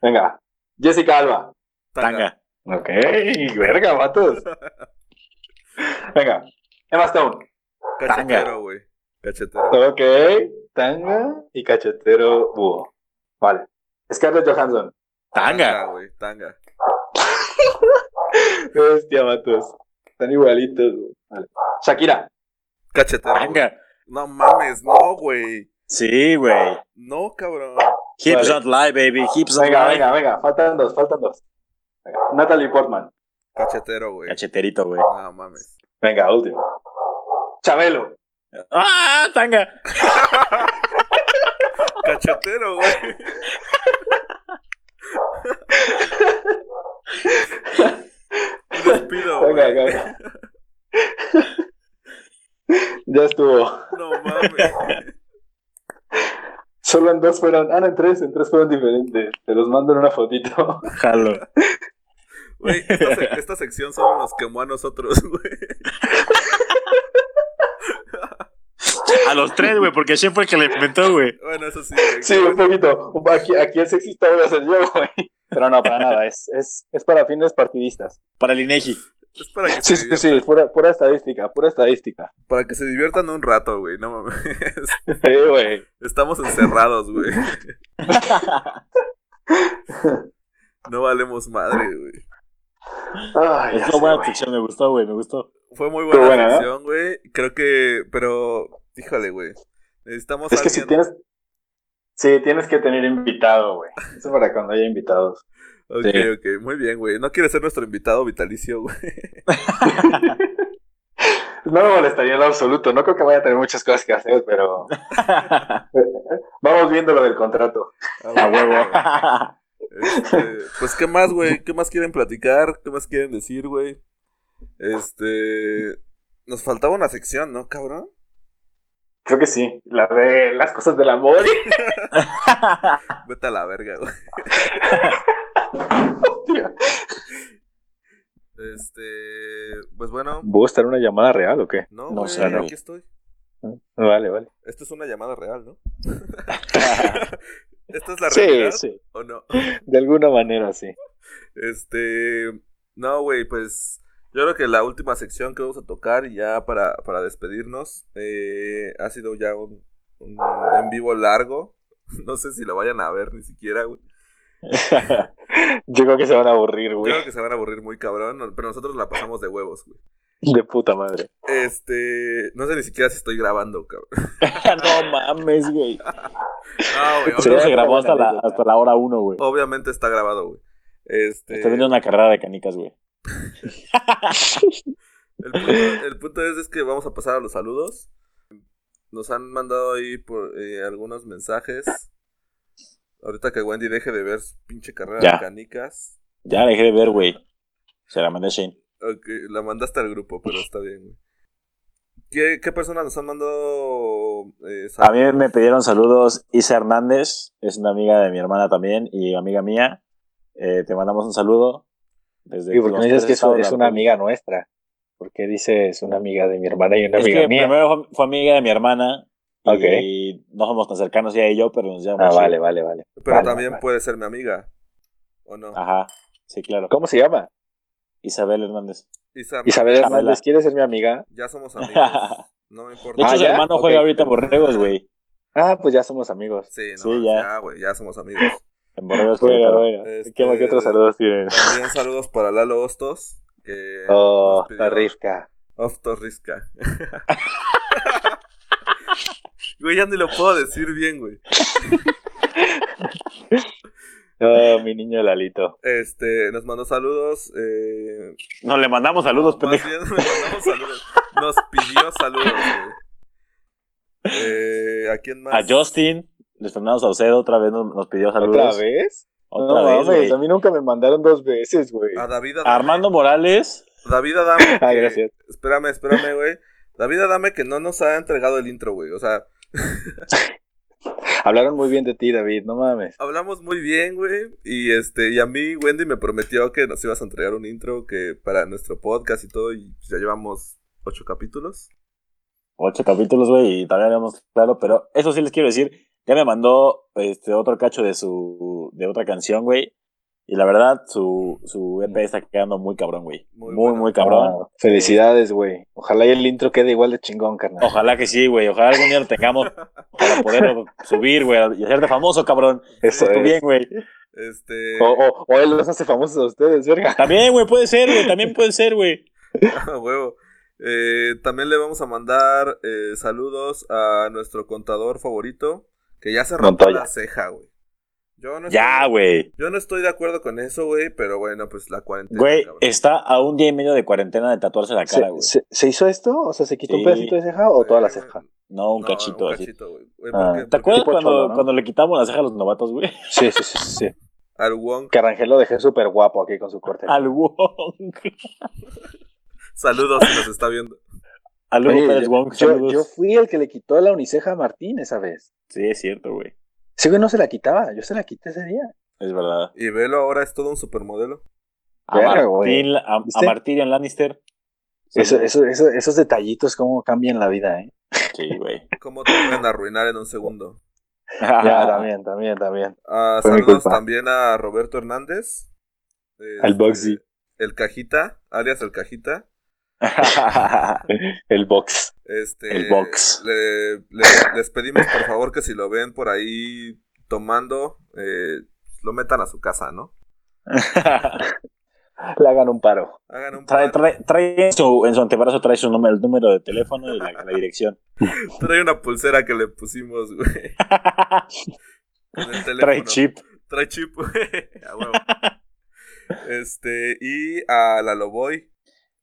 S5: Venga. Jessica Alba.
S3: Tanga.
S6: Tanga.
S5: Ok. Verga, vatos. Venga. Emma Stone.
S3: Cachetero, güey. Cachetero.
S5: Ok. Tanga y cachetero búho. Vale. Scarlett Johansson.
S6: Tanga.
S3: güey. Tanga.
S5: Hostia, vatos. Están igualitos. güey. Vale. Shakira.
S3: Cachetero. güey.
S6: Tanga.
S3: No mames, no, güey.
S6: Sí, güey.
S3: No, cabrón.
S6: Hips
S5: Vale.
S6: don't lie, baby. Hips don't
S5: Venga,
S6: lie.
S5: venga, venga. Faltan dos, faltan dos. Venga, Natalie Portman.
S3: Cachetero, güey.
S6: Cacheterito, güey.
S3: No mames.
S5: Venga, último. Chabelo.
S6: ¡Ah! ¡Tanga!
S3: Cachetero, güey. Un Despido,
S5: Venga,
S3: güey.
S5: venga. ya estuvo.
S3: No mames.
S5: Solo en dos fueron. Ah, no, en tres, en tres fueron diferentes. Te los mando en una fotito.
S6: Jalo.
S3: Güey, esta, sec- esta sección solo nos quemó a nosotros, güey.
S6: A los tres, güey, porque siempre fue el que le inventó, güey.
S3: Bueno, eso sí, güey.
S5: Sí, un poquito. Aquí, aquí el sexista voy a ser yo, güey. Pero no, para nada. Es, es, es para fines partidistas.
S6: Para el Inegi.
S3: Es para que,
S5: Sí,
S3: se
S5: sí,
S3: diviertan,
S5: sí. Pura, pura estadística, pura estadística.
S3: para que se diviertan un rato, güey. No mames.
S5: Sí, güey.
S3: Estamos encerrados, güey. No valemos madre, güey.
S5: Ay, ya sé,
S6: Es una buena
S5: güey.
S6: sección, me gustó, güey, me gustó.
S3: Fue muy
S5: Estuvo
S3: buena
S5: buena, ¿no?
S3: sección, güey. Creo que, pero, híjole, güey. Necesitamos
S5: Es que
S3: alguien.
S5: si tienes. Sí, tienes que tener invitado, güey. Eso para cuando haya invitados.
S3: Ok,
S6: Sí.
S3: ok, muy bien, güey. No quiere ser nuestro invitado vitalicio, güey.
S5: No me molestaría en lo absoluto. No creo que vaya a tener muchas cosas que hacer, pero. Vamos viendo lo del contrato.
S6: A huevo.
S3: Este, pues, ¿qué más, güey? ¿Qué más quieren platicar? ¿Qué más quieren decir, güey? Este. Nos faltaba una sección, ¿no, cabrón?
S5: Creo que sí. La de las cosas del amor.
S3: Vete a la verga, güey. Este. Pues bueno,
S5: ¿Voy a estar en una llamada real o qué?
S3: no,
S6: No
S3: güey,
S6: sé, güey.
S3: aquí estoy.
S5: Vale, vale.
S3: Esto es una llamada real, ¿no? ¿Esta es la
S5: Sí,
S3: realidad
S5: sí.
S3: o no?
S5: De alguna manera, sí.
S3: Este. No, güey, pues. Yo creo que la última sección que vamos a tocar, y ya para, para despedirnos, eh, ha sido ya un, un en vivo largo. No sé si lo vayan a ver ni siquiera, güey.
S5: Yo creo que se van a aburrir,
S3: Yo
S5: güey.
S3: creo que se van a aburrir muy cabrón, no- pero nosotros la pasamos de huevos, güey.
S5: De puta madre.
S3: Este. No sé ni siquiera si estoy grabando, cabrón.
S6: no mames, güey.
S3: Ah, güey,
S6: Esto
S5: Sí.
S3: obvia-
S6: se grabó hasta la, hasta la hora uno, güey.
S3: obviamente está grabado, güey. Este.
S6: Estoy viendo una carrera de canicas, güey.
S3: El punto, el punto es, es que vamos a pasar a los saludos. Nos han mandado ahí por, eh, algunos mensajes. Ahorita que Wendy deje de ver su pinche carrera
S6: Ya.
S3: de canicas.
S6: Ya dejé de ver, güey. Se la mandé a Shane.
S3: Ok, la mandaste al grupo, pero está bien. güey. ¿Qué, qué personas nos han mandado eh,
S6: A
S3: saludos?
S6: mí me pidieron saludos Isa Hernández, es una amiga de mi hermana también y amiga mía. Eh, te mandamos un saludo. Desde
S5: ¿Y por qué
S6: los
S5: me dices
S6: tres
S5: que es,
S6: estados de
S5: es
S6: la
S5: una
S6: República.
S5: amiga nuestra? ¿Por qué dices una amiga de mi hermana y una
S6: Es
S5: amiga
S6: que
S5: mía?
S6: primero fue, fue amiga de mi hermana.
S5: Ok.
S6: Y no somos tan cercanos ya y yo, pero nos llevamos.
S5: Ah,
S6: chido.
S5: vale, vale, vale.
S3: Pero
S5: Vale,
S3: también
S5: vale. Ah,
S3: puede ser mi amiga. ¿O no?
S6: Ajá, sí, claro.
S5: ¿Cómo se llama?
S6: Isabel Hernández.
S3: Isa,
S5: Isabel
S6: Isabela.
S5: Hernández, ¿quieres ser mi amiga?
S3: ya somos amigos. No me
S6: De
S3: importa.
S6: hecho,
S5: Ah,
S6: su
S5: ¿ya?
S6: hermano
S5: Ok.
S6: juega ahorita en Borregos, güey.
S5: Ah, pues ya somos amigos.
S3: Sí, no,
S6: Sí, ya.
S3: ya, güey, ya somos amigos.
S6: En Borregos,
S5: Bueno,
S6: Querétaro.
S5: bueno.
S3: Este-
S5: Pues ¿Qué, más- qué
S6: eh,
S5: otros saludos tienes?
S3: También saludos para Lalo Hostos.
S6: eh,
S3: Que
S5: Oh,
S3: nos pidió-
S5: la rifca.
S3: Hostos Risca. Güey, ya ni lo puedo decir bien, güey.
S5: Oh, mi niño Lalito.
S3: Este, nos mandó saludos. Eh,
S6: No, le mandamos saludos,
S3: más
S6: pendejo.
S3: bien nos mandamos saludos. Nos pidió saludos, güey. Eh, ¿A quién más?
S6: A Justin, les mandamos a Ocedo, otra vez nos, nos pidió saludos.
S5: ¿Otra vez?
S6: Otra
S5: no
S6: vez,
S5: mames,
S6: güey.
S5: a mí nunca me mandaron dos veces, güey.
S6: Ah,
S3: A David
S6: A
S3: Adame.
S6: Armando Morales.
S3: David Adame.
S5: Ah,
S3: que-
S5: gracias.
S3: Espérame, espérame, güey. David Adame que no nos ha entregado el intro, güey. O sea,
S5: Hablaron muy bien de ti, David, no mames.
S3: hablamos muy bien, güey. Y este, y a mí Wendy me prometió que nos ibas a entregar un intro que para nuestro podcast y todo. Y pues, ya llevamos ocho capítulos.
S6: Ocho capítulos, güey, y todavía no hemos claro, pero eso sí les quiero decir. Ya me mandó este otro cacho de su. de otra canción, güey. Y la verdad, su, su EP está quedando muy cabrón, güey.
S3: Muy
S6: Muy,
S3: bueno.
S6: muy cabrón.
S5: Ah, felicidades, güey. Ojalá y el intro quede igual de chingón, carnal.
S6: Ojalá que sí, güey. Ojalá algún día lo tengamos para poderlo subir, güey. Y hacerte famoso, cabrón.
S5: Eso Oh,
S6: Tú
S5: es.
S6: bien, güey.
S3: Este.
S5: O, o, o él los hace famosos a ustedes, verga.
S6: También, güey, puede ser, güey. También puede ser, güey.
S3: A huevo. Eh, también le vamos a mandar eh, saludos a nuestro contador favorito, que ya se rompió
S5: Montoya.
S3: la ceja, güey. Yo no,
S6: Ya,
S3: estoy,
S6: güey.
S3: yo no estoy de acuerdo con eso, güey, pero bueno, pues la cuarentena.
S6: Güey,
S3: cabrón.
S6: está a un día y medio de cuarentena de tatuarse la cara,
S5: ¿Se,
S6: güey.
S5: se, se hizo esto? O sea, ¿se quitó un
S6: Sí.
S5: pedacito de ceja o toda la
S3: Eh,
S5: ceja?
S6: No, un
S3: no,
S6: cachito,
S3: un
S6: así.
S3: cachito, güey. Güey,
S5: Ah.
S3: porque-
S6: ¿Te
S3: porque
S6: acuerdas
S5: Tipo
S6: cuando,
S5: cholo, ¿no?
S6: cuando le quitamos la ceja a los novatos, güey?
S5: Sí, sí, sí, sí. sí.
S3: Al Wong,
S5: Que Rangel lo dejé súper guapo aquí con su corte.
S6: Al Wong.
S3: saludos si nos está viendo.
S6: Al Hugo
S5: Oye,
S6: Pérez
S5: yo-
S6: Wong,
S5: yo,
S6: saludos.
S5: yo fui el que le quitó la uniceja a Martín esa vez.
S6: Sí, es cierto, güey.
S5: Ese güey no se la quitaba, yo se la quité ese día.
S6: Es verdad.
S3: Y Velo ahora es todo un supermodelo.
S6: A,
S5: Verga, güey.
S6: Martín, a, a
S5: ¿Viste?
S6: Martirion Lannister.
S5: Eso,
S6: Saludos.
S5: eso, eso- esos detallitos, cómo cambian la vida, ¿eh?
S6: Sí, güey.
S3: ¿Cómo te pueden arruinar en un segundo?
S5: Ya, también, también, también.
S3: Ah,
S5: Fue mi
S3: saludos
S5: culpa.
S3: también a Roberto Hernández. Eh,
S5: Al Bugsy.
S3: El Cajita, alias El Cajita.
S5: El box.
S3: Este,
S6: El box.
S3: le- le- les pedimos por favor que si lo ven por ahí tomando, eh, lo metan a su casa, ¿no?
S5: Le hagan un paro.
S3: Hagan un
S6: trae,
S3: par, trae,
S6: trae, trae en, su, en su antebrazo trae su número, el número de teléfono y la, la dirección.
S3: una pulsera que le pusimos, güey. en el
S6: trae
S3: teléfono.
S6: chip.
S3: Trae chip, güey. A huevo. Este, y a Laloboy.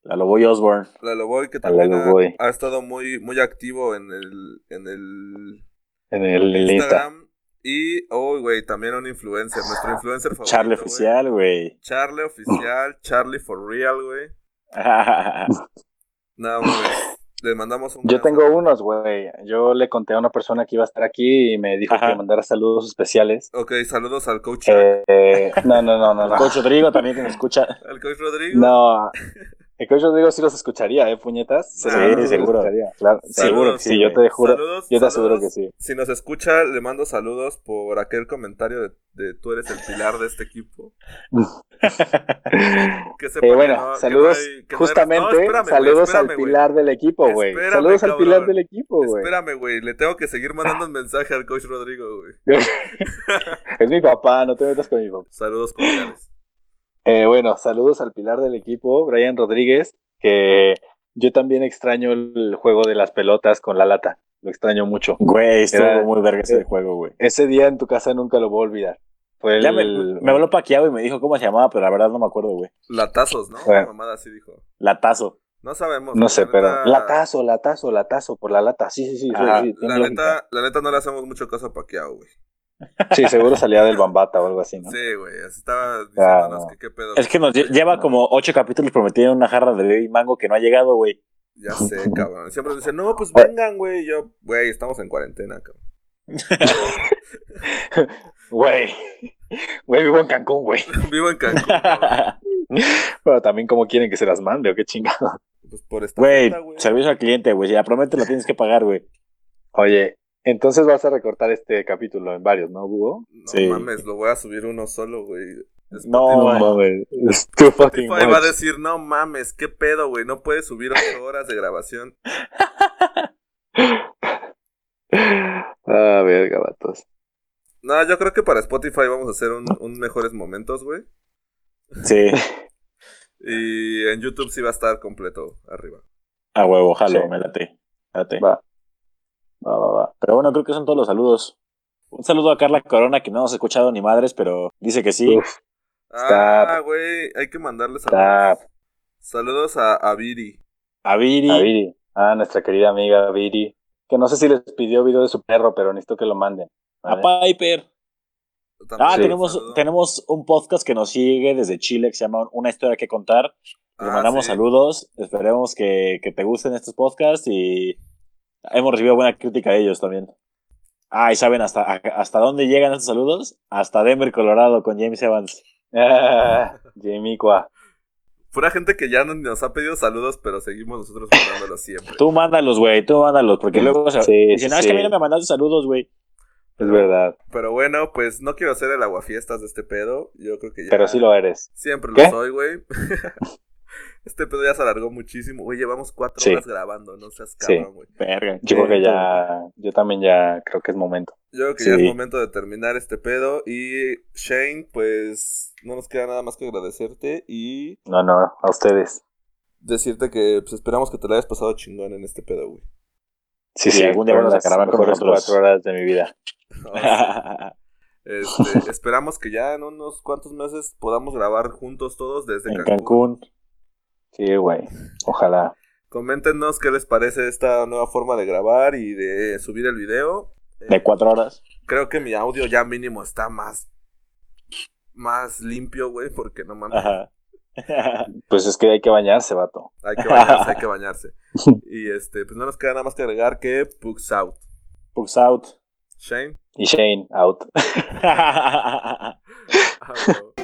S6: La Loboy Osborne.
S3: Laloboy que
S5: A
S3: también ha-
S5: Laloboy.
S3: Ha, estado muy, muy activo en el, en el
S5: En el en el Insta.
S3: Instagram. Y, oh, güey, también un influencer, nuestro influencer favorito.
S6: Charlie
S3: güey.
S6: oficial, güey.
S3: Charlie oficial, Charlie for real, güey. Nada más. Le mandamos un.
S5: Yo
S3: gran
S5: tengo
S3: saludo.
S5: unos, güey. Yo le conté a una persona que iba a estar aquí y me dijo
S6: Ajá.
S5: que le mandara saludos especiales.
S3: Ok, saludos al coach. Chuck,
S5: Eh, eh, no, no, no, no.
S6: El
S5: No,
S6: coach Rodrigo también que nos escucha.
S3: Al coach Rodrigo.
S5: no. El coach Rodrigo sí los escucharía, ¿eh, puñetas?
S3: Sí,
S5: Seguramente los
S6: seguro.
S5: escucharía, claro.
S3: Saludos.
S6: Seguro que
S5: Sí,
S6: sí,
S5: yo
S6: güey.
S5: te juro.
S3: Saludos,
S5: Yo te
S3: saludos.
S5: aseguro que sí.
S3: Si nos escucha, le mando saludos por aquel comentario de, de tú eres el pilar de este equipo. Que sepa
S5: Eh,
S3: que
S5: bueno,
S3: no- que no
S5: saludos.
S3: hay- que no hay-
S5: justamente,
S3: No, espérame, güey,
S5: saludos
S3: espérame,
S5: al
S3: güey.
S5: pilar del equipo, güey.
S3: Espérame,
S5: Saludos al
S3: cabrón.
S5: pilar del equipo, güey.
S3: Espérame, güey. Le tengo que seguir mandando un mensaje al coach Rodrigo, güey.
S5: Es mi papá, no te metas con mi papá.
S3: Saludos cordiales.
S5: Eh, bueno, saludos al pilar del equipo, Brian Rodríguez, que yo también extraño el juego de las pelotas con la lata. Lo extraño mucho.
S6: Güey, estuvo
S5: Era-
S6: muy verga ese
S5: eh,
S6: juego, güey.
S5: Ese día en tu casa nunca lo voy a olvidar. Fue
S6: Ya me,
S5: el-
S6: me habló Paquiao y me dijo cómo se llamaba, pero la verdad no me acuerdo, güey.
S3: Latazos, ¿no?
S5: Bueno.
S3: Una mamada así dijo.
S6: Latazo.
S3: No sabemos. ¿eh?
S5: No
S3: la
S5: sé,
S3: neta-
S5: pero. Latazo, latazo, latazo por la lata. Sí, sí, sí. sí,
S6: Ajá,
S5: sí, tiene
S3: La
S5: lógica.
S3: neta, la neta no le hacemos mucho caso a Paquiao, güey.
S5: Sí, seguro salía del bambata o algo así, ¿no? Ah,
S3: Sí, güey. así Estaba diciéndonos
S5: no.
S3: que qué pedo.
S6: Es que nos lle- lleva como ocho capítulos prometiendo una jarra de bebé y mango que no ha llegado, güey.
S3: Ya sé, cabrón. Siempre dicen, no, pues vengan, güey. Yo, güey, estamos en cuarentena, cabrón.
S5: Güey. Güey, vivo en Cancún, güey.
S3: Vivo en Cancún, cabrón.
S5: Pero también, ¿cómo quieren que se las mande o qué chingado?
S3: Pues por esta
S6: Güey,
S3: fiesta, güey.
S6: servicio al cliente, güey. Si la prometes, la tienes que pagar, güey.
S5: Oye, entonces vas a recortar este capítulo en varios, ¿no, Hugo?
S3: No
S6: Sí.
S3: mames, lo voy a subir uno solo, güey.
S6: No, güey.
S5: mames. Es too fucking
S3: Spotify va a
S5: much.
S3: decir, no mames, qué pedo, güey. No puedes subir ocho horas de grabación.
S5: A ver, gabatos.
S3: No, yo creo que para Spotify vamos a hacer un, un mejores momentos, güey.
S6: Sí,
S3: Y en YouTube sí va a estar completo arriba.
S6: a huevo, jalo,
S5: Sí.
S6: me late. me late.
S5: Va. Va, va, va.
S6: Pero bueno, creo que son todos los saludos. Un saludo a Carla Corona, que no hemos escuchado ni madres, pero dice que sí.
S5: Uf,
S3: Ah, güey, hay que mandarle
S5: Ah,
S3: saludos. Saludos a, a Viri.
S6: A Viri.
S5: a Viri, a nuestra querida amiga Viri, que no sé si les pidió video de su perro, pero necesito que lo manden.
S6: A
S5: ¿vale?
S6: Piper.
S3: También
S6: Ah,
S3: un
S6: tenemos,
S3: saludo.
S6: tenemos un podcast que nos sigue desde Chile que se llama Una historia que contar. Le
S3: Ah,
S6: mandamos
S3: sí.
S6: saludos. Esperemos que, que te gusten estos podcasts y hemos recibido buena crítica de ellos también. Ah, y saben hasta, hasta dónde llegan estos saludos. Hasta Denver, Colorado, con James Evans.
S5: Ah, Jamie Cua.
S3: Pura gente que ya no- nos ha pedido saludos, pero seguimos nosotros mandándolo siempre.
S6: Tú mándalos, güey, tú mándalos, porque luego se
S5: Sí,
S6: dicen,
S5: sí,
S6: ah, es que a mí
S5: sí.
S6: no me mandaste saludos, güey.
S5: Es verdad,
S3: Pero bueno, pues no quiero hacer el aguafiestas de este pedo. Yo creo que ya.
S5: pero sí lo eres.
S3: Siempre
S5: ¿Qué?
S3: lo soy, güey. este pedo ya se alargó muchísimo. Güey, llevamos cuatro
S5: Sí.
S3: horas grabando, no seas
S5: Sí.
S3: cabrón, güey.
S6: Verga.
S5: Yo creo que ya, yo también ya creo que es momento.
S3: Yo creo que ya
S6: Sí.
S3: es momento de terminar este pedo. Y Shane, pues no nos queda nada más que agradecerte y
S5: No, no, a ustedes.
S3: decirte que pues, esperamos que te la hayas pasado chingón en este pedo, güey.
S5: Sí,
S6: Y
S5: sí,
S6: algún día
S5: fueron
S6: vamos a
S5: las
S6: grabar con
S5: mejores
S6: nosotros.
S5: cuatro horas de mi vida.
S3: Ahora sí. Este, esperamos que ya en unos cuantos meses podamos grabar juntos todos desde
S6: en
S3: Cancún.
S6: Cancún.
S5: Sí, güey, ojalá.
S3: Coméntenos qué les parece esta nueva forma de grabar y de subir el video. Eh,
S6: De cuatro horas.
S3: creo que mi audio ya mínimo está más más limpio, güey, porque no mames,
S6: Ajá.
S5: Pues es que hay que bañarse, vato.
S3: hay que bañarse, hay que bañarse. Y este, pues no nos queda nada más que agregar que Pugs out.
S6: Pugs out.
S3: Shane.
S5: Y Shane, out.
S3: ah, huevo.